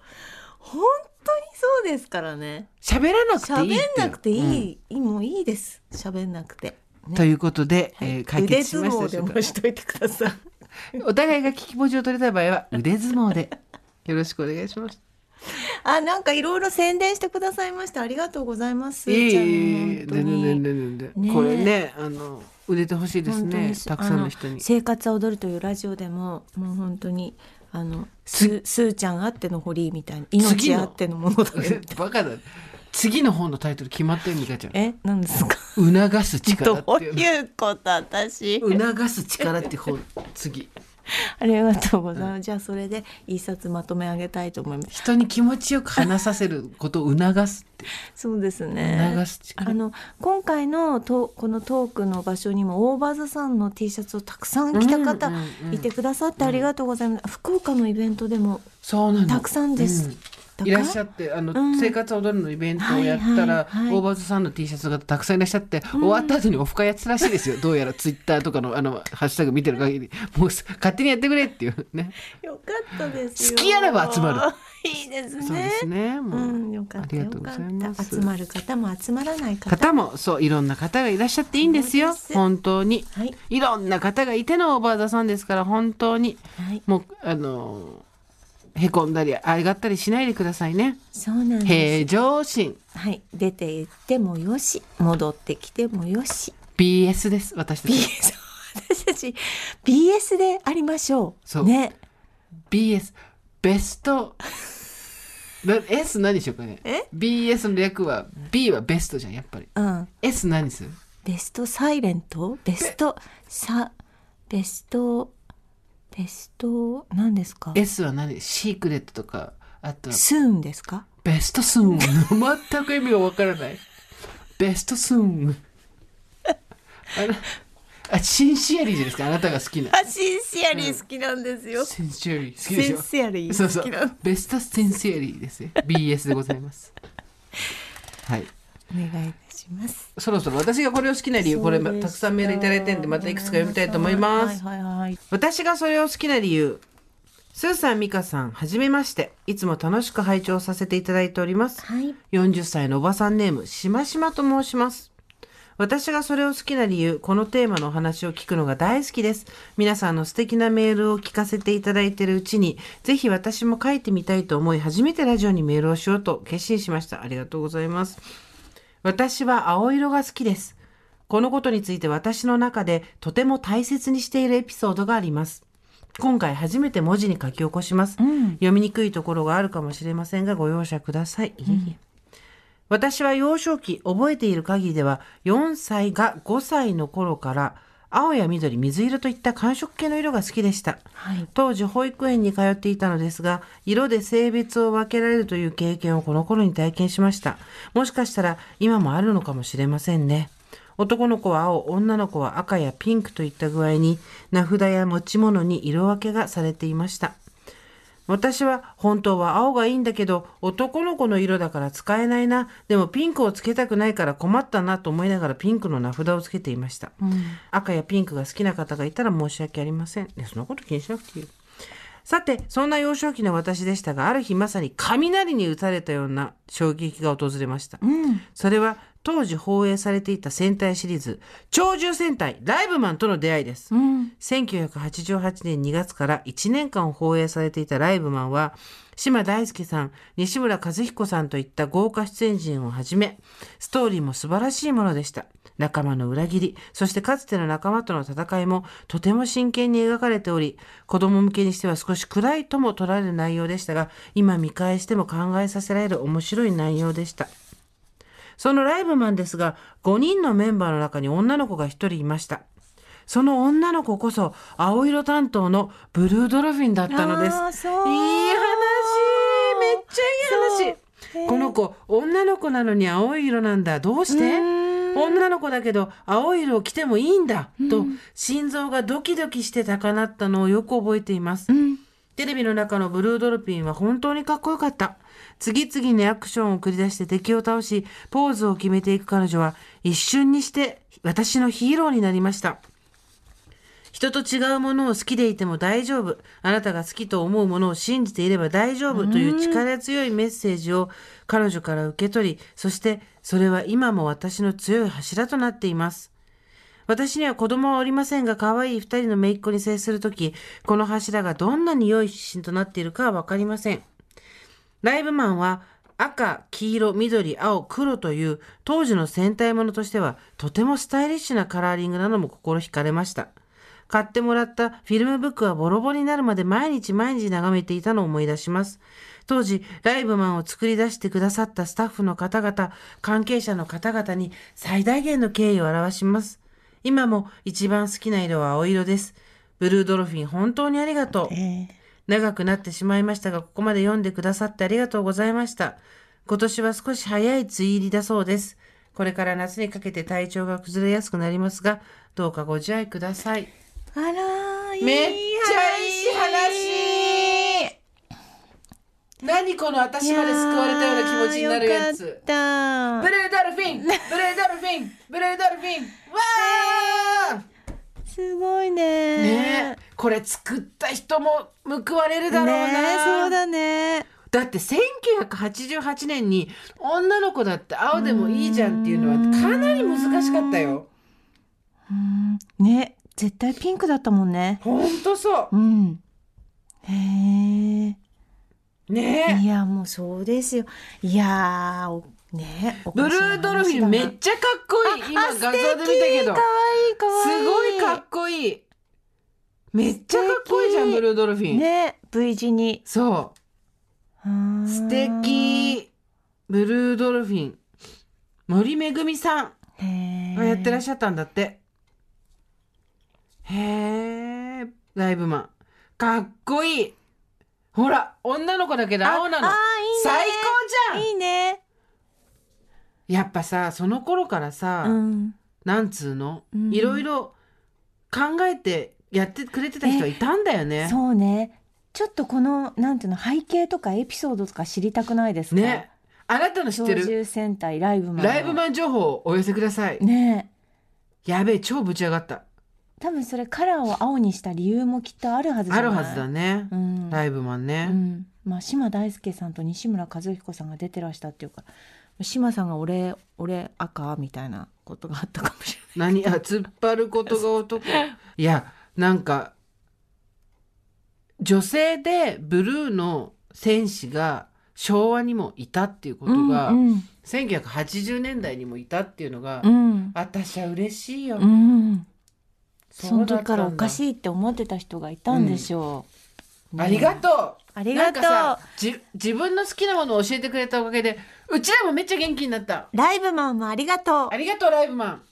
本当にそうですからね喋らなくてい喋んいって。なくていうんい、もういいです喋んなくて、ねということで、はいえー解決しましたで腕しょ相う撲かでもしといてくだ さいお互いが聞きポジを取りたい場合は腕相撲でよろしくお願いします。あなんかいろいろ宣伝してくださいましたありがとうございますいえいちゃんえい本え当に全然全然全然ねえこれねあの売れてほしいです本当ねにたくさんの人あに。生活は踊るというラジオでももう本当にあのすすーちゃんあっての堀井みたいな次命のあってのものだよバカだ次の本のタイトル決まったよミカちゃんえ何ですか「促す力」どっうていういうこと私促す力って本次ありがとうございます。じゃあそれで一冊まとめ上げたいと思います。人に気持ちよく話させることを促すってそうですね。促す力あの今回のとこのトークの場所にもオーバーザさんの T シャツをたくさん着た方うんうんうんいてくださってありがとうございます。福岡のイベントでもそうなのたくさんです。うだからいらっしゃってあの、うん生活踊るのイベントをやったら、はいはいはい大場さんの T シャツがたくさんいらっしゃって、終わった後にオフ会やってたらしいですよどうやらツイッターとかのあのハッシュタグ見てる限りもう勝手にやってくれっていうねよかったですよ好きあれば集まるいいですそうでねすねもうう、んよかったあよりがとうごかざっいますた集まる方も集まらない方方もそういろんな方がいらっしゃっていいんですよそうです本当に、はいいろんな方がいてのオーバーザさんですから本当にはいもうあのへこんだりあがったりしないでくださいねそうなんで平常心す。はい、出て行ってもよし、戻ってきてもよし。 BS です私た BS ち私たち BS でありましょう。そうね。 BS ベストな S 何しようかねえ BS の略は B はベストじゃんやっぱりうん。 S 何するベストサイレントベストさベストベスト何ですか S は何シークレットとかあとはスーンですかベストスーン全く意味がわからないベストスーンあらあシンシアリーじゃないですかあなたが好きなあシンシアリー好きなんですよ、シンシアリー好きでシしンょシアリそうーそ好きなんうベストシンシアリーですよ BS でござい ますはいお願いいたしますそろそろ私がこれを好きな理由これたくさんメールいただいてんでまたいくつか読みたいと思います、はいはいはい私がそれを好きな理由スーさん美香さんはじめましていつも楽しく拝聴させていただいております、はい40歳のおばさんネームしましまと申します私がそれを好きな理由このテーマのお話を聞くのが大好きです皆さんの素敵なメールを聞かせていただいているうちにぜひ私も書いてみたいと思い初めてラジオにメールをしようと決心しましたありがとうございます私は青色が好きですこのことについて私の中でとても大切にしているエピソードがあります今回初めて文字に書き起こします、読みにくいところがあるかもしれませんがご容赦ください、いえいえ私は幼少期覚えている限りでは4歳が5歳の頃から青や緑水色といった寒色系の色が好きでした、はい当時保育園に通っていたのですが色で性別を分けられるという経験をこの頃に体験しましたもしかしたら今もあるのかもしれませんね男の子は青女の子は赤やピンクといった具合に名札や持ち物に色分けがされていました私は本当は青がいいんだけど男の子の色だから使えないなでもピンクをつけたくないから困ったなと思いながらピンクの名札をつけていました、赤やピンクが好きな方がいたら申し訳ありません、ね、そんなこと気にしなくていいよさてそんな幼少期の私でしたがある日まさに雷に打たれたような衝撃が訪れました、それは当時放映されていた戦隊シリーズ「鳥獣戦隊ライブマン」との出会いです、1988年2月から1年間放映されていた「ライブマン」は島大輔さん西村和彦さんといった豪華出演陣をはじめストーリーも素晴らしいものでした仲間の裏切りそしてかつての仲間との戦いもとても真剣に描かれており子供向けにしては少し暗いとも取られる内容でしたが今見返しても考えさせられる面白い内容でしたそのライブマンですが、5人のメンバーの中に女の子が1人いました。その女の子こそ、青色担当のブルードルフィンだったのです。いいあー話そうめっちゃいい話この子、女の子なのに青い色なんだ。どうして女の子だけど青い色を着てもいいんだと心臓がドキドキして高鳴ったのをよく覚えています、テレビの中のブルードルピンは本当にかっこよかった。次々にアクションを繰り出して敵を倒し、ポーズを決めていく彼女は、一瞬にして私のヒーローになりました。人と違うものを好きでいても大丈夫。あなたが好きと思うものを信じていれば大丈夫という力強いメッセージを彼女から受け取り、そしてそれは今も私の強い柱となっています。私には子供はおりませんが、可愛い二人の姪っ子に接するとき、この柱がどんなに良い指針となっているかはわかりません。ライブマンは赤、黄色、緑、青、黒という当時の戦隊ものとしてはとてもスタイリッシュなカラーリングなのも心惹かれました。買ってもらったフィルムブックはボロボロになるまで毎日毎日眺めていたのを思い出します。当時、ライブマンを作り出してくださったスタッフの方々、関係者の方々に最大限の敬意を表します。今も一番好きな色は青色です。ブルードルフィン本当にありがとう。長くなってしまいましたが、ここまで読んでくださってありがとうございました。今年は少し早い梅雨入りだそうです。これから夏にかけて体調が崩れやすくなりますが、どうかご自愛ください。あらいいめっちゃいい話 何この私まで救われたような気持ちになるやよかつっ。たブルードルフィンブルードルフィンブルードルフィンわーすごいねねえこれ作った人も報われるだろうな、ねえそうだねだって1988年に女の子だって青でもいいじゃんっていうのはかなり難しかったよね絶対ピンクだったもんねほんとそうんへえうねえいやもうそうそうですよいやーおねえおブかしルな話だなードルフィンめっちゃかっこいい今画像で見たけどかわいいかわいいすごいかっこいいめっちゃかっこいいじゃんブルードルフィン、ね V 字にそう素敵ブルードルフィン森めぐみさんがやってらっしゃったんだってへえライブマンかっこいいほら女の子だけど青なのああ最高ーいいねいいじねゃんやっぱさその頃からさ、うんなんつうのいろいろ考えてやってくれてた人はいたんだよねそうねちょっとこのなんていうの背景とかエピソードとか知りたくないですかねあなたの知っ鳥てる獣戦隊ライブマンのライブマン情報をお寄せください、ねやべえ超ぶち上がった多分それカラーを青にした理由もきっとあるはずじあゃないるはずだね、うんライブマンうね、んまあ、島大輔さんと西村和彦さんが出てらしたっていうか島さんが俺「俺赤」みたいなことがあったかもしれ何あ突っ張ることが男いやなんか女性でブルーの戦士が昭和にもいたっていうことなが、い。うん1980年代にもいたっていうのが、うん私は嬉しいよ、うん、うその時からおかいしいって思ってた人がいたんでしょう、ありがうとうありがとうなんかさじ自分の好きなものを教えてくれたおかげでうちらもめっちゃ元気になったライブマンもありがとうありがとうライブマン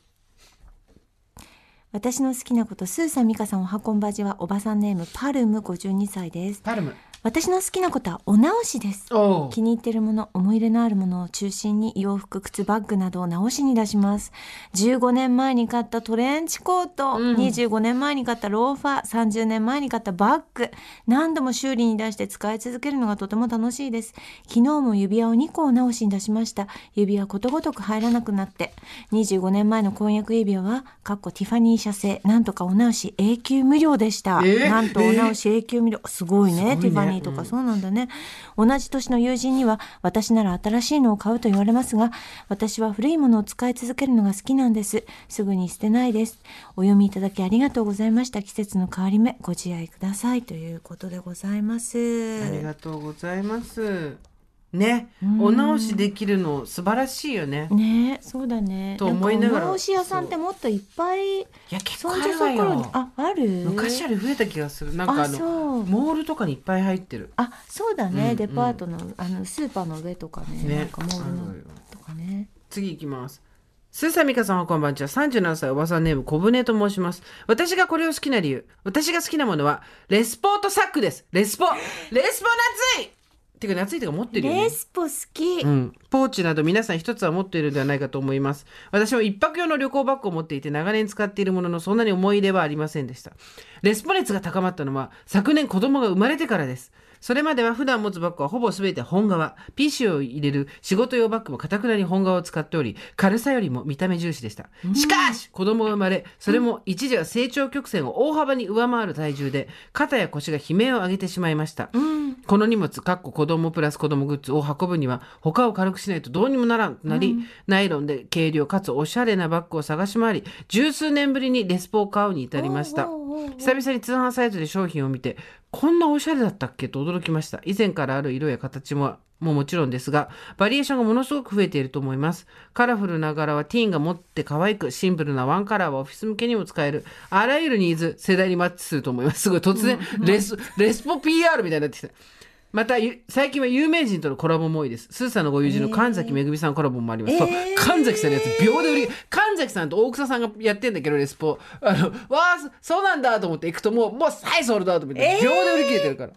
私の好きなことスーさんミカさんおはこんばじはおばさんネームパルム52歳ですパルム私の好きなことはお直しですおう気に入ってるもの思い入れのあるものを中心に洋服靴バッグなどを直しに出します15年前に買ったトレンチコート、25年前に買ったローファー30年前に買ったバッグ何度も修理に出して使い続けるのがとても楽しいです昨日も指輪を2個を直しに出しました指輪ことごとく入らなくなって25年前の婚約指輪はかっこティファニー社製なんとかお直し永久無料でした、えーなんとお直し永久無料すごいねすごいねティファニーとかそうなんだね、同じ年の友人には私なら新しいのを買うと言われますが私は古いものを使い続けるのが好きなんですすぐに捨てないですお読みいただきありがとうございました季節の変わり目ご自愛くださいということでございますありがとうございますね、お直しできるの素晴らしいよね。ねえそうだねと思いながらんかお直し屋さんってもっといっぱいいや結そ構あんじゃそるこわろによ。あある昔より増えた気がする。なんかああそのうモールとかにいっぱい入ってる。あそうだね、うんデパートのあのスーパーの上とかねねなんかモールあのるよとかね次行きます。スーサミカさんはこんばんちは。37歳おばさんネーム小舟と申します。私がこれを好きな理由。私が好きなものは、レスポートサックです。レスポレスポ夏いっていうか夏いとか持ってるよね。レスポ好き、うん、ポーチなど皆さん一つは持っているのではないかと思います私も一泊用の旅行バッグを持っていて長年使っているもののそんなに思い入れはありませんでしたレスポ熱が高まったのは昨年子供が生まれてからですそれまでは普段持つバッグはほぼ全て本革 PC を入れる仕事用バッグもかたくなに本革を使っており軽さよりも見た目重視でしたしかし子供が生まれそれも一時は成長曲線を大幅に上回る体重で肩や腰が悲鳴を上げてしまいました、この荷物、かっこ子供プラス子供グッズを運ぶには、他を軽くしないとどうにもならんくなり、ナイロンで軽量かつおしゃれなバッグを探し回り、十数年ぶりにレスポを買うに至りました。久々に通販サイトで商品を見て、こんなおしゃれだったっけと驚きました。以前からある色や形も、ももちろんですが、バリエーションがものすごく増えていると思います。カラフルな柄はティーンが持って可愛く、シンプルなワンカラーはオフィス向けにも使える、あらゆるニーズ、世代にマッチすると思います。すごい、突然、レス、レスポ PR みたいになってきた。またゆ最近は有名人とのコラボも多いですスーさんのご友人の神崎めぐみさんのコラボもあります、そう神崎さんのやつ秒で売り神崎さんと大草さんがやってんだけどレスポあのわあそそうなんだと思って行くともうもうはいソールドアウトみたいな秒で売り切れてるから、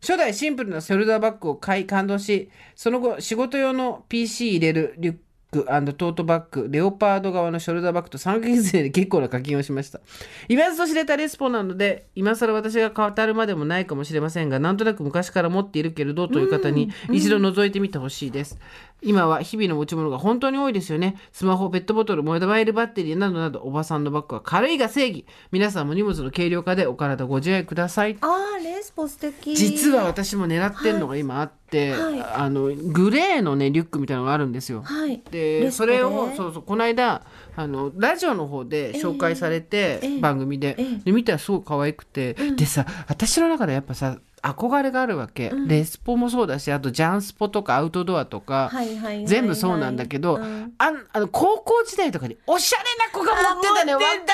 初代シンプルなショルダーバッグを買い感動しその後仕事用の PC 入れるリュックトートバッグレオパード側のショルダーバッグと3ヶ月で結構な課金をしました今ずと知れたレスポなので今更私が語るまでもないかもしれませんがなんとなく昔から持っているけれどという方に一度覗いてみてほしいです、今は日々の持ち物が本当に多いですよねスマホペットボトルモバイルバッテリーなどなどおばさんのバッグは軽いが正義皆さんも荷物の軽量化でお体ご自愛くださいあーレスポ素敵実は私も狙ってるのが今あって、はいあのグレーのねリュックみたいなのがあるんですよ。はいでレスポそでれをそうそうこの間あのラジオの方で紹介されて、ええ番組で、ええで見たらすごい可愛くて、でさ私の中でやっぱさ憧れがあるわけ、レスポもそうだしあとジャンスポとかアウトドアとか、はいはいはいはい全部そうなんだけど、うんあんあの高校時代とかにおしゃれな子が持ってたねあわか持って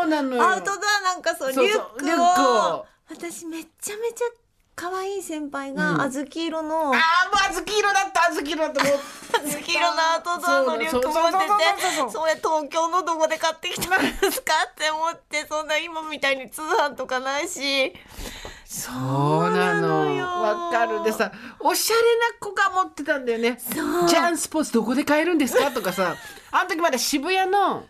たのよるそうなのよアウトドアなんかそうそうそうリュックをリュックを私めちゃめちゃ可愛い先輩が小豆色の、ああもう小豆色だった小豆色だったもう小豆色のアウトドアのリュック持ってそうそうそうそうそうてそれ東京のどこで買ってきたんですかって思ってそんな今みたいに通販とかないしそそううななののよわかるでさおしゃれな子が持ってたんだよねそうジャンスポーツどこで買える んですかとかさあの時まだ渋谷の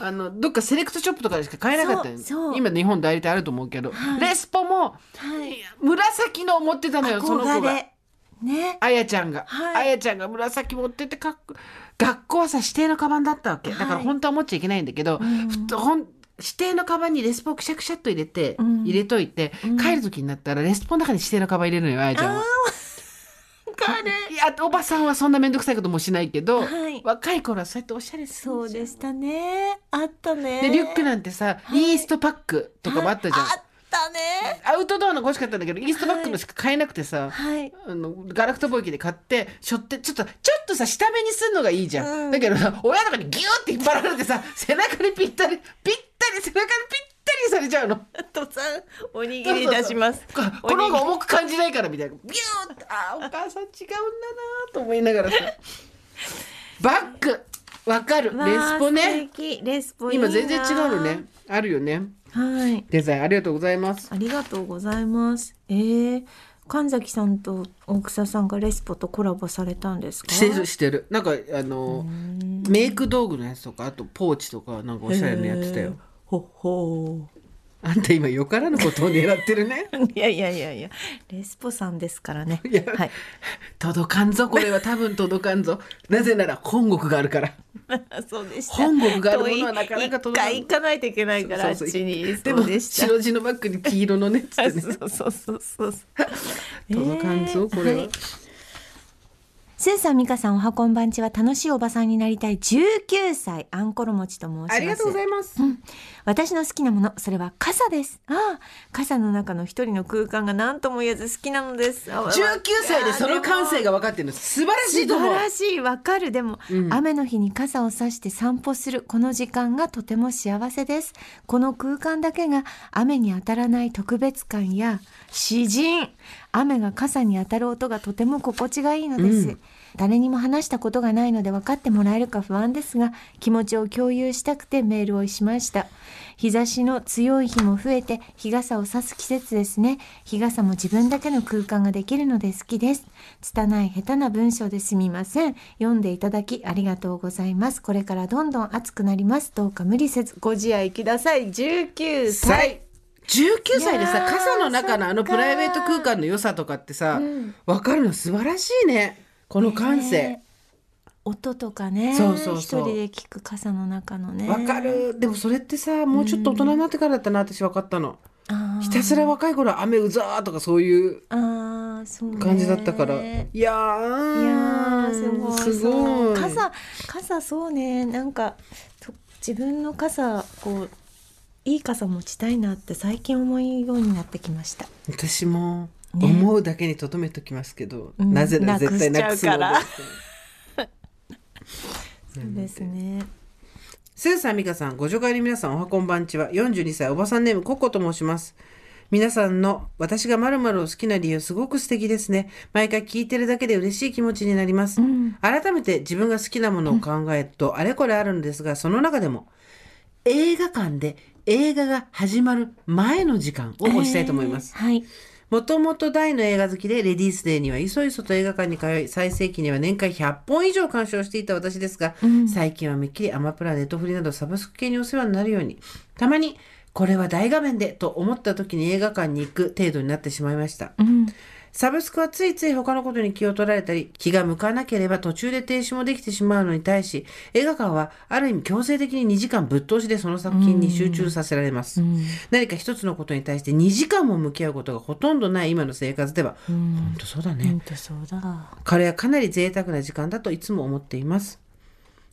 あのどっかセレクトショップとかでしか買えなかったよそうそう今日本代理店あると思うけど、レスポも、はい紫のを持ってたのよその子憧がれねあやちゃんが、はいあやちゃんが紫持っててかっこ学校はさ指定のカバンだったわけだからはい本当は持っちゃいけないんだけど、ふとほん指定のカバンにレスポをくしゃくしゃっと入れて、ん入れといて、帰る時になったらレスポの中に指定のカバン入れるのよあやちゃんは。わかるいやおばさんはそんな面倒くさいこともしないけど、はい若い頃はそうやっておしゃれするそんうじゃんでしたねあったねでリュックなんてさ、イーストパックとかもあったじゃんあ、ったねアウトドアのが欲しかったんだけどイーストパックのしか買えなくてさ、はいあのガラクト貿易で買ってしょってちょっとちょっとさ下目にすんのがいいじゃん、うんだけどさ親とかにギューって引っ張られてさ背中にぴったりぴったり背中にぴったりされちゃうのとさんおにぎり出しますこおにぎりこの方が重く感じないからみたいなビューってあーお母さん違うんだなと思いながらさバッグわかるわあレスポ素ね敵レスポいいな今全然違うのねあるよねはい。デザインありがとうございます。ありがとうございます。えー、神崎さんと大草さんがレスポとコラボされたんですか。してるしてる。なんかあのメイク道具のやつとかあとポーチとかなんかおしゃれなのやってたへよー。。ほっほあんた今よからぬことを狙ってるね。ー。いやいやいやいや、レスポさんですからね。いやはい。 届かんぞこれは多分届かんぞ。なぜなら本国があるから。 そうでした。本国があるものはなかなか届かない遠い一回行かないといけないから、あっちに。でそもうでした。白地のバッグに黄色のねつってね。そうそうそうそうそう。届かんぞ、これは。スーさん、ミカさん、おはこんばんちは楽しいおばさんになりたい19歳、アンコロ餅と申します。ありがとうございます。私の好きなもの、それは傘です。ああ、傘の中の一人の空間が何とも言えず好きなのです。あ19歳でその感性が分かってるの素晴らしいと素思う晴。らしいわかるでも、雨の日に傘をさして散歩するこの時間がとても幸せですこの空間だけが雨に当たらない特別感や詩人雨が傘に当たる音がとても心地がいいのです、誰にも話したことがないので分かってもらえるか不安ですが気持ちを共有したくてメールをしました日差しの強い日も増えて日傘を差す季節ですね日傘も自分だけの空間ができるので好きです拙い下手な文章ですみません読んでいただきありがとうございますこれからどんどん暑くなりますどうか無理せずご自愛ください19歳歳19歳でいさやー傘の中のあのそっかプライベート空間の良さとかってさ、分かるの素晴らしいねこの感性ね、音とかねそうそうそう一人で聞く傘の中のね分かるでもそれってさもうちょっと大人になってからだったな私分かったのあーひたすら若い頃は雨うざーとかそういうあーそうね感じだったから、いやいーやーすごいすごいそう傘傘そうねなんかと自分の傘こういい傘持ちたいなって最近思うようになってきました。私もね思うだけにとどめときますけど、うんなぜなら絶対ななくくすしちのゃでうからそうですね。スーさん、ミカさん、ご助会の皆さん、おはこんばんちは。42歳、おばさんネーム、ココと申します。皆さんの私がまるを好きな理由、すごく素敵ですね。毎回聞いてるだけで嬉しい気持ちになります。改めて自分が好きなものを考えると、あれこれあるんですが、その中でも、映画館で映画が始まる前の時間を押したいと思います。はい。もともと大の映画好きで、レディースデーにはいそいそと映画館に通い、最盛期には年間100本以上鑑賞していた私ですが、最近はめっきりアマプラ、ネットフリなどサブスク系にお世話になるように、たまに、これは大画面でと思った時に映画館に行く程度になってしまいました。サブスクはついつい他のことに気を取られたり、気が向かなければ途中で停止もできてしまうのに対し、映画館はある意味強制的に2時間ぶっ通しでその作品に集中させられます。何か一つのことに対して2時間も向き合うことがほとんどない今の生活では、本当そうだね。とそうだ。彼はかなり贅沢な時間だといつも思っています。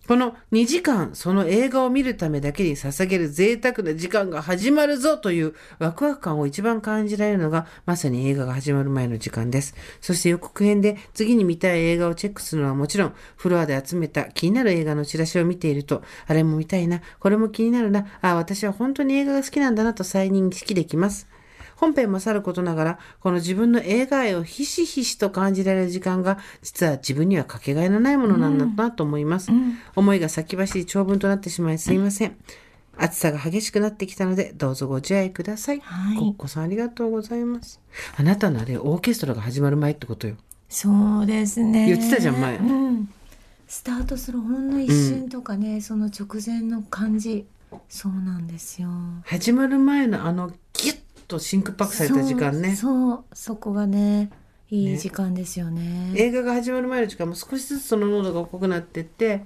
この2時間、その映画を見るためだけに捧げる贅沢な時間が始まるぞというワクワク感を一番感じられるのが、まさに映画が始まる前の時間です。そして予告編で次に見たい映画をチェックするのはもちろん、フロアで集めた気になる映画のチラシを見ていると、あれも見たいな、これも気になるな、ああ、私は本当に映画が好きなんだなと再認識できます。本編もさることながら、この自分の映画愛をひしひしと感じられる時間が、実は自分にはかけがえのないものなんだなと思います。思いが先走り長文となってしまいすいません。暑さが激しくなってきたので、どうぞご自愛ください。はいコッコさんありがとうございます。あなたのあれ、オーケストラが始まる前ってことよ。そうですね。言ってたじゃん前うん。スタートするほんの一瞬とかね、その直前の感じ。そうなんですよ。始まる前のあの、ギュッとシンクパックされた時間ね。そうそうそこがねいねい時間ですよね映画が始まる前の時間も少しずつその濃度が濃くなってって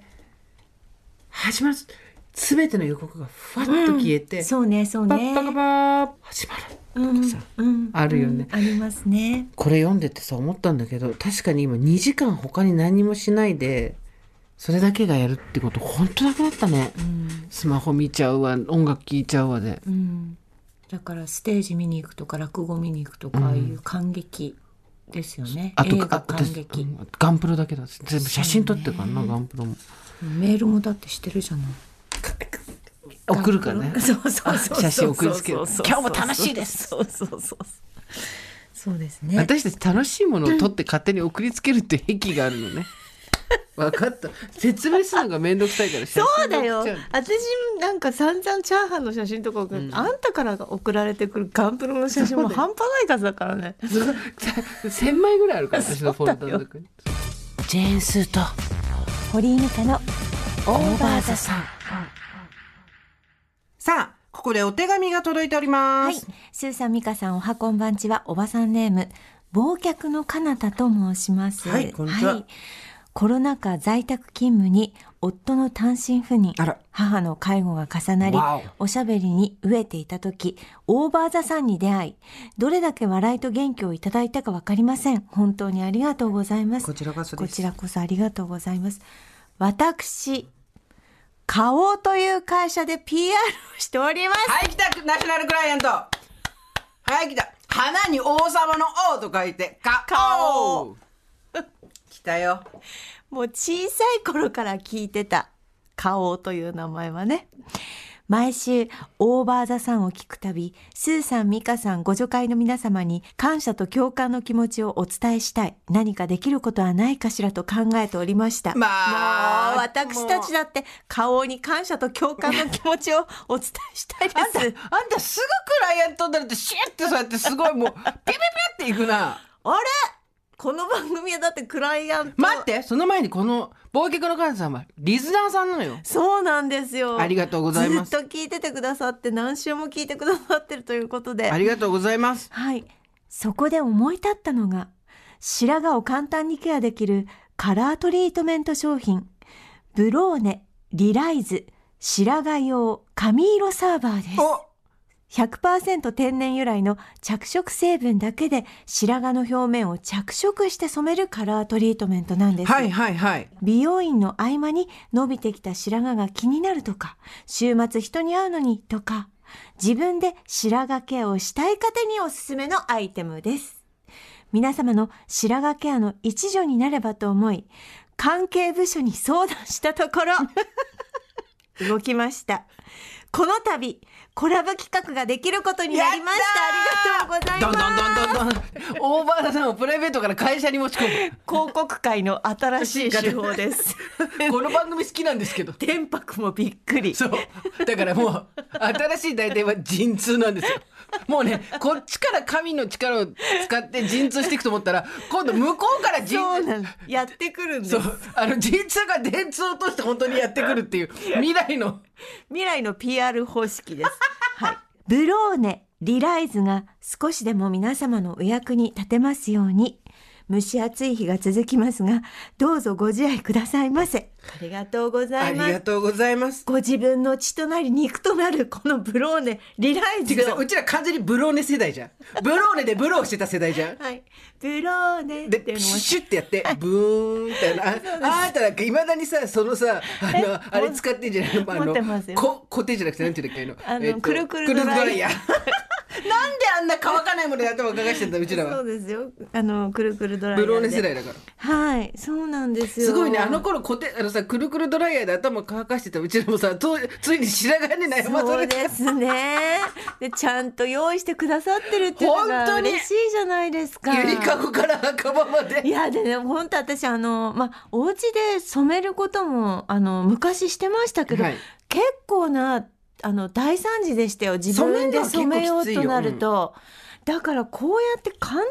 始まる全ての予告がふわっと消えて、そうねそうパねッパカパー始まるうんさうんあるよねうんありますねこれ読んでてさ思ったんだけど確かに今2時間他に何もしないでそれだけがやるってこと本当なくなったね、スマホ見ちゃうわ音楽聴いちゃうわでうんだからステージ見に行くとか落語見に行くとかああいう感激ですよね、あと映画あ感私激、うんガンプロだけだ全部写真撮ってるからな、ガンプロもメールもだってしてるじゃない送るからねそうそうそうそう写真送りつけるそうそうそう今日も楽しいですそうそうそうそうそうですね 私たち楽しいものを取って勝手に送りつけるっていう癖があるのね。分かった説明するのが面倒くさいから写真そうだよ送っちゃう私なんか散々チャーハンの写真とか送る、あんたからが送られてくるガンプロの写真も半端ない数だからねすごい 1000枚ぐらいあるから私のフォルダの中にジェーンスーと堀井美香のオーバーザさんさあここでお手紙が届いておりまはいす、。スーさん、ミカさん、おはこんばんちは、おばさんネーム、忘却のかなたと申します。はいこんにちはコロナ禍在宅勤務に、夫の単身赴任あら、母の介護が重なりわお、おしゃべりに飢えていた時、オーバーザさんに出会い、どれだけ笑いと元気をいただいたかわかりません。本当にありがとうございます。こちらこそですこちらこそありがとうございます。私、花王という会社で PR をしております。はい、来たナショナルクライアントはい、来た花に王様の王と書いて、か、かお来たよ。もう小さい頃から聞いてた花王という名前はね毎週、オーバーザさんを聞くたび、スーさん、ミカさん、ご助会の皆様に感謝と共感の気持ちをお伝えしたい。何かできることはないかしらと考えておりました。まあもう私たちだって花王に感謝と共感の気持ちをお伝えしたいであんた、あすんたすぐクライアントになるってシュッてそうやってすごいもう、ピピピっていくな。あれこの番組はだってクライアント待って、その前にこの、忘却の神様、リズナーさんなのよ。そうなんですよありがとうございますずっと聞いててくださって何週も聞いてくださってるということでありがとうございます。はい。そこで思い立ったのが、白髪を簡単にケアできるカラートリートメント商品、ブローネ、リライズ、白髪用髪色サーバーです。お100%天然由来の着色成分だけで白髪の表面を着色して染めるカラートリートメントなんです。はいはいはい。美容院の合間に伸びてきた白髪が気になるとか、週末人に会うのにとか、自分で白髪ケアをしたい方におすすめのアイテムです。皆様の白髪ケアの一助になればと思い、関係部署に相談したところ、動きましたこの度コラボ企画ができることになりましたありがとうございどんますどんどんどんどん。オーバーザさんをプライベートから会社に持ち込む。広告界の新しい手法です この番組好きなんですけど。天白もびっくりそう。だからもう、新しい大体は陣痛なんですよ。もうね、こっちから神の力を使って陣痛していくと思ったら、今度向こうから陣そうな痛。のやってくるんですそう。あの、陣痛が電通を落として本当にやってくるっていう、未来の。未来の PR 方式ですはいブローネ、リライズが少しでも皆様のお役に立てますように。蒸し暑い日が続きますが、どうぞご自愛くださいませ。ありがとうござあいりまがすとうございます。ご自分の血となり肉となるこのブローネリライてズかさ、をうちら完全にブローネ世代じゃん。ブローネでブローしてた世代じゃん。はいブローネってで、いうプのシュはッシュってやって、ブーンってあの、ああなたなんかいまだにさ、そのさ、あの、あれ使ってんじゃないのあ持のってます、よこ、固定じゃなくて、なんていうんだっけ、ああののえっとくるくるドライヤーヤー なんであんな乾かないもので頭乾かしてんだ、うちらそはう。ですよあのくるくるドライヤブーでローネ世代だから。はい、そうなんですよ。すごいね、あの頃固定、あのさ、くるくるドライヤーで頭乾かしてたうちらもさ、とついに白髪に悩まさそうれて。ですね。で、ちゃんと用意してくださってるっていうの本当がに嬉しいじゃないですか。ゆりかごから墓場までい。やでね本当私あのまあお家で染めることもあの昔してましたけど、はい結構なあの大惨事でしたよ自分で染染めめるのよはう結構きついよとなると、だからこうやって簡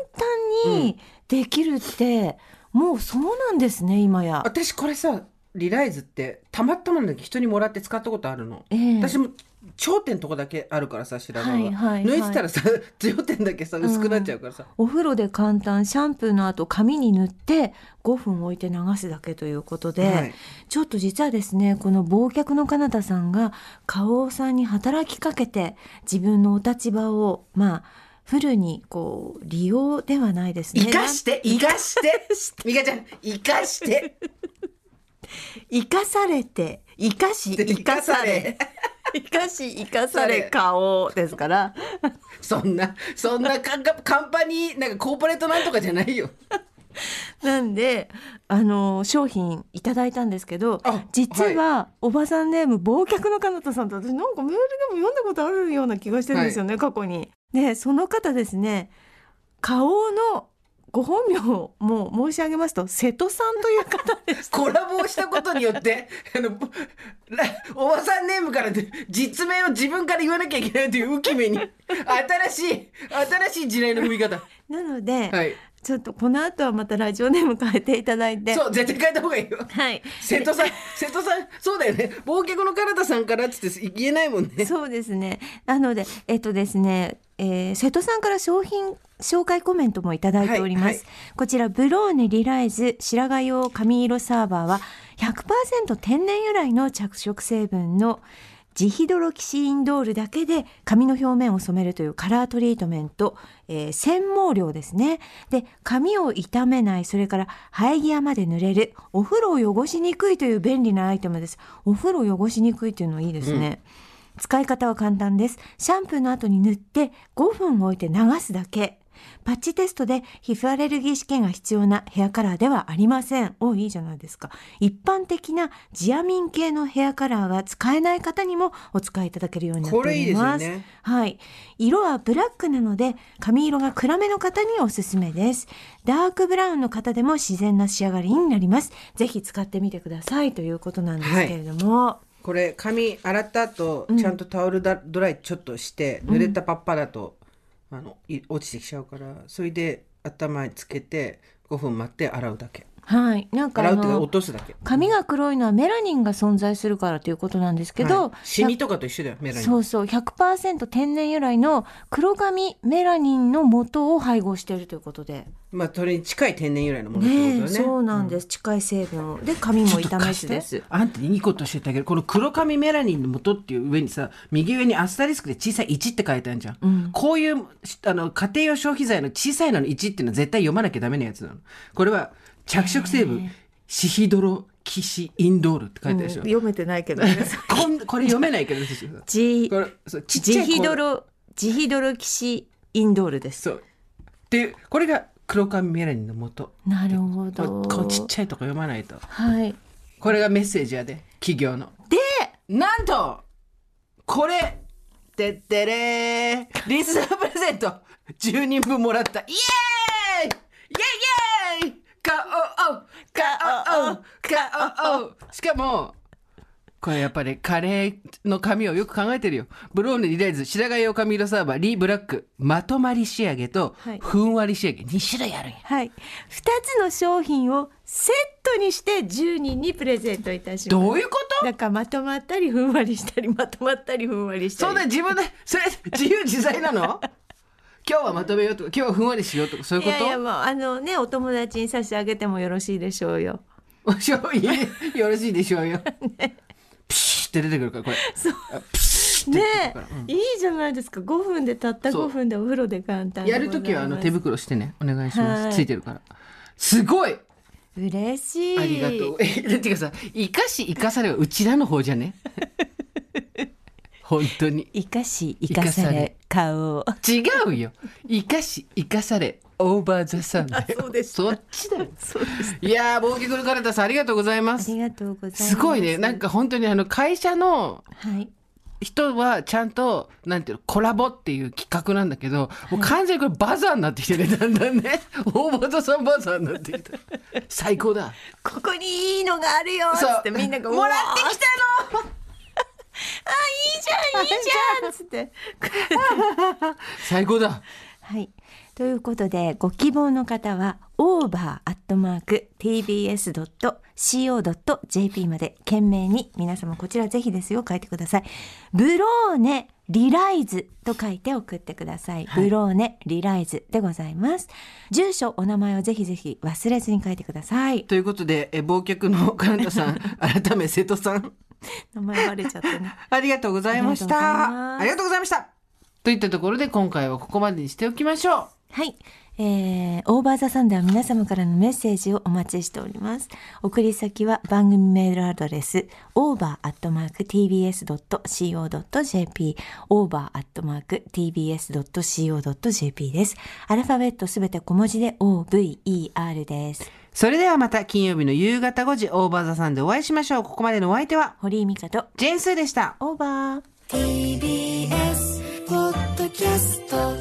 単にできるって、もうそうなんですね今や。私これさリライズってたまったもんだけど人にもらって使ったことあるの、ええ私も頂点のとこだけあるからさ白髪が、はいはいはい抜いてたらさ 頂点だけさ薄くなっちゃうからさ、お風呂で簡単シャンプーの後髪に塗って5分置いて流すだけということで、はいちょっと実はですねこの忘却の彼方さんが花王さんに働きかけて自分のお立場をまあフルにこう利用ではないですね。生かして生かしてミカちゃん生かして生かされて、生かし、生かされ。生かし、生かされ、顔ですから。そんなそんなカンカカンパニーなんかコーポレートなんとかじゃないよなんであの商品いただいたんですけどあ実は、おばさんネーム忘却の彼方さんと私なんかメールでも読んだことあるような気がしてるんですよね、過去に。でその方ですね花王のご本名をもう申し上げますと瀬戸さんという 方でしたコラボをしたことによって、 あの、ラおばさんネームからで実名を自分から言わなきゃいけないという浮き目に、新しい、新しい時代の踏み方。なので、はい。ちょっとこの後はまたラジオネーム変えていただいてそう、絶対変えた方がい いよ。はい瀬戸さん、瀬戸さん、そうだよね。忘却の彼方さんからっつって言えないもんね。そうですね。なので、えっとですね、えー瀬戸さんから商品紹介コメントもいただいております。はいはいこちら、ブローネリライズ白髪用髪色サーバーは100%天然由来の着色成分のジヒドロキシインドールだけで髪の表面を染めるというカラートリートメント、えー染毛量ですね。で、髪を傷めない、それから生え際まで濡れる、お風呂を汚しにくいという便利なアイテムです。お風呂を汚しにくいというのいいですね。使い方は簡単です。シャンプーの後に塗って5分置いて流すだけ。パッチテストで皮膚アレルギー試験が必要なヘアカラーではありません。お、いいじゃないですか。一般的なジアミン系のヘアカラーが使えない方にもお使いいただけるようになっておこれいいでりすよます。ねはい。色はブラックなので、髪色が暗めの方におすすめです。ダークブラウンの方でも自然な仕上がりになります。ぜひ使ってみてくださいということなんですけれども。これ、髪洗った後、ちゃんとタオルだドライちょっとして、濡れたパッパだと、あの、い落ちてきちゃうから、それで頭につけて、5分待って洗うだけ。はい。なんか洗あうっていうかの落、とすだけ。髪が黒いのはメラニンが存在するからということなんですけど、はいシミとかと一緒だよ、メラニン。そうそう100%天然由来の黒髪メラニンの元を配合しているということでまあ、それに近い天然由来のものってことだねよえね。そうなんです、近い成分をで髪も傷めずですあんたいいことしてたけどこの黒髪メラニンの元っていう上にさ右上にアスタリスクで小さい1って書いてあるじゃん、こういうあの家庭用消費財の小さいのの1っていうのは絶対読まなきゃダメなやつなのこれは着色成分シヒドロキシインドールって書いてあるでしょ、読めてないけどねこんこれ読めないけど私こジれそうちっちゃジいヒドロジヒドロキシインドールですそうでこれが黒髪メラニンの元なるほこれどこのちっちゃいとこ読まないとはいこれがメッセージやで企業のでなんとこれてってれーリスナープレゼント10人分もらったイエーイイエイイエーイカオオカオオカオオしかもこれやっぱりカレーの髪をよく考えてるよ。ブローネリライズ、白髪用髪色サーバー、リーブラック、まとまり仕上げとはい、ふんわり仕上げ、2種類あるんや。はい2つの商品をセットにして10人にプレゼントいたしますどういうことなんかまとまったりふんわりした りまとまったりふんわりしたそりんな自分で、それ、自由自在なの今日はまとめようとか、今日はふんわりしようとか、そういうこやといやもうあのねお友達に差し上げてもよろしいでしょうよおしょうゆよろしいでしょ うよ。ピシッって出てくるから、これ。あピシッってね出てくるからうんえ、いいじゃないですか5分でたったそう5分でお風呂で簡単でやるときは、あの、ござ手いま袋してね、お願いします。はいついてるから。すごいす嬉しいありがとう。え、てかさ、生かし生かされはうちらの方じゃね本当に。生かし生生かかさされれ顔を違うよ生かし生かされオーバーザサンだよそうでしたそっちだよいやー冒険のカルタさんありがとうございまあすりがとうございますすごいねなんか本当にあの会社のはい人はちゃんとなんていうのコラボっていう企画なんだけどもう完全にこれバザーになってき てねだんだんねオーバーザサンバザーになってきた最高だ ここにいいのがあるよっつそうってみんながもらってきた のあいいじゃんいいじゃんっつって最高だはい。ということで、ご希望の方は、over.tbs.co.jp まで、懸命に、皆様こちらぜひですよ、書いてください。ブローネ、リライズと書いて送ってください。ブローネ、リライズでございます。住所、お名前をぜひぜひ忘れずに書いてください。ということでえ忘却のカルタさん改め瀬戸さん 名前バレちゃったね。ありがとうございました。あありがとうございました。といったところで今回はここまでにしておきましょう。はい。えー、オーバーザサンでは皆様からのメッセージをお待ちしております。送り先は番組メールアドレス、over.tbs.co.jp、over.tbs.co.jp です。アルファベットすべて小文字で over です。それではまた金曜日の夕方5時オーバーザさんでお会いしましょう。ここまでのお相手は堀井美香と、ジェーンスーでした。オーバー。 TBS ポッドキャスト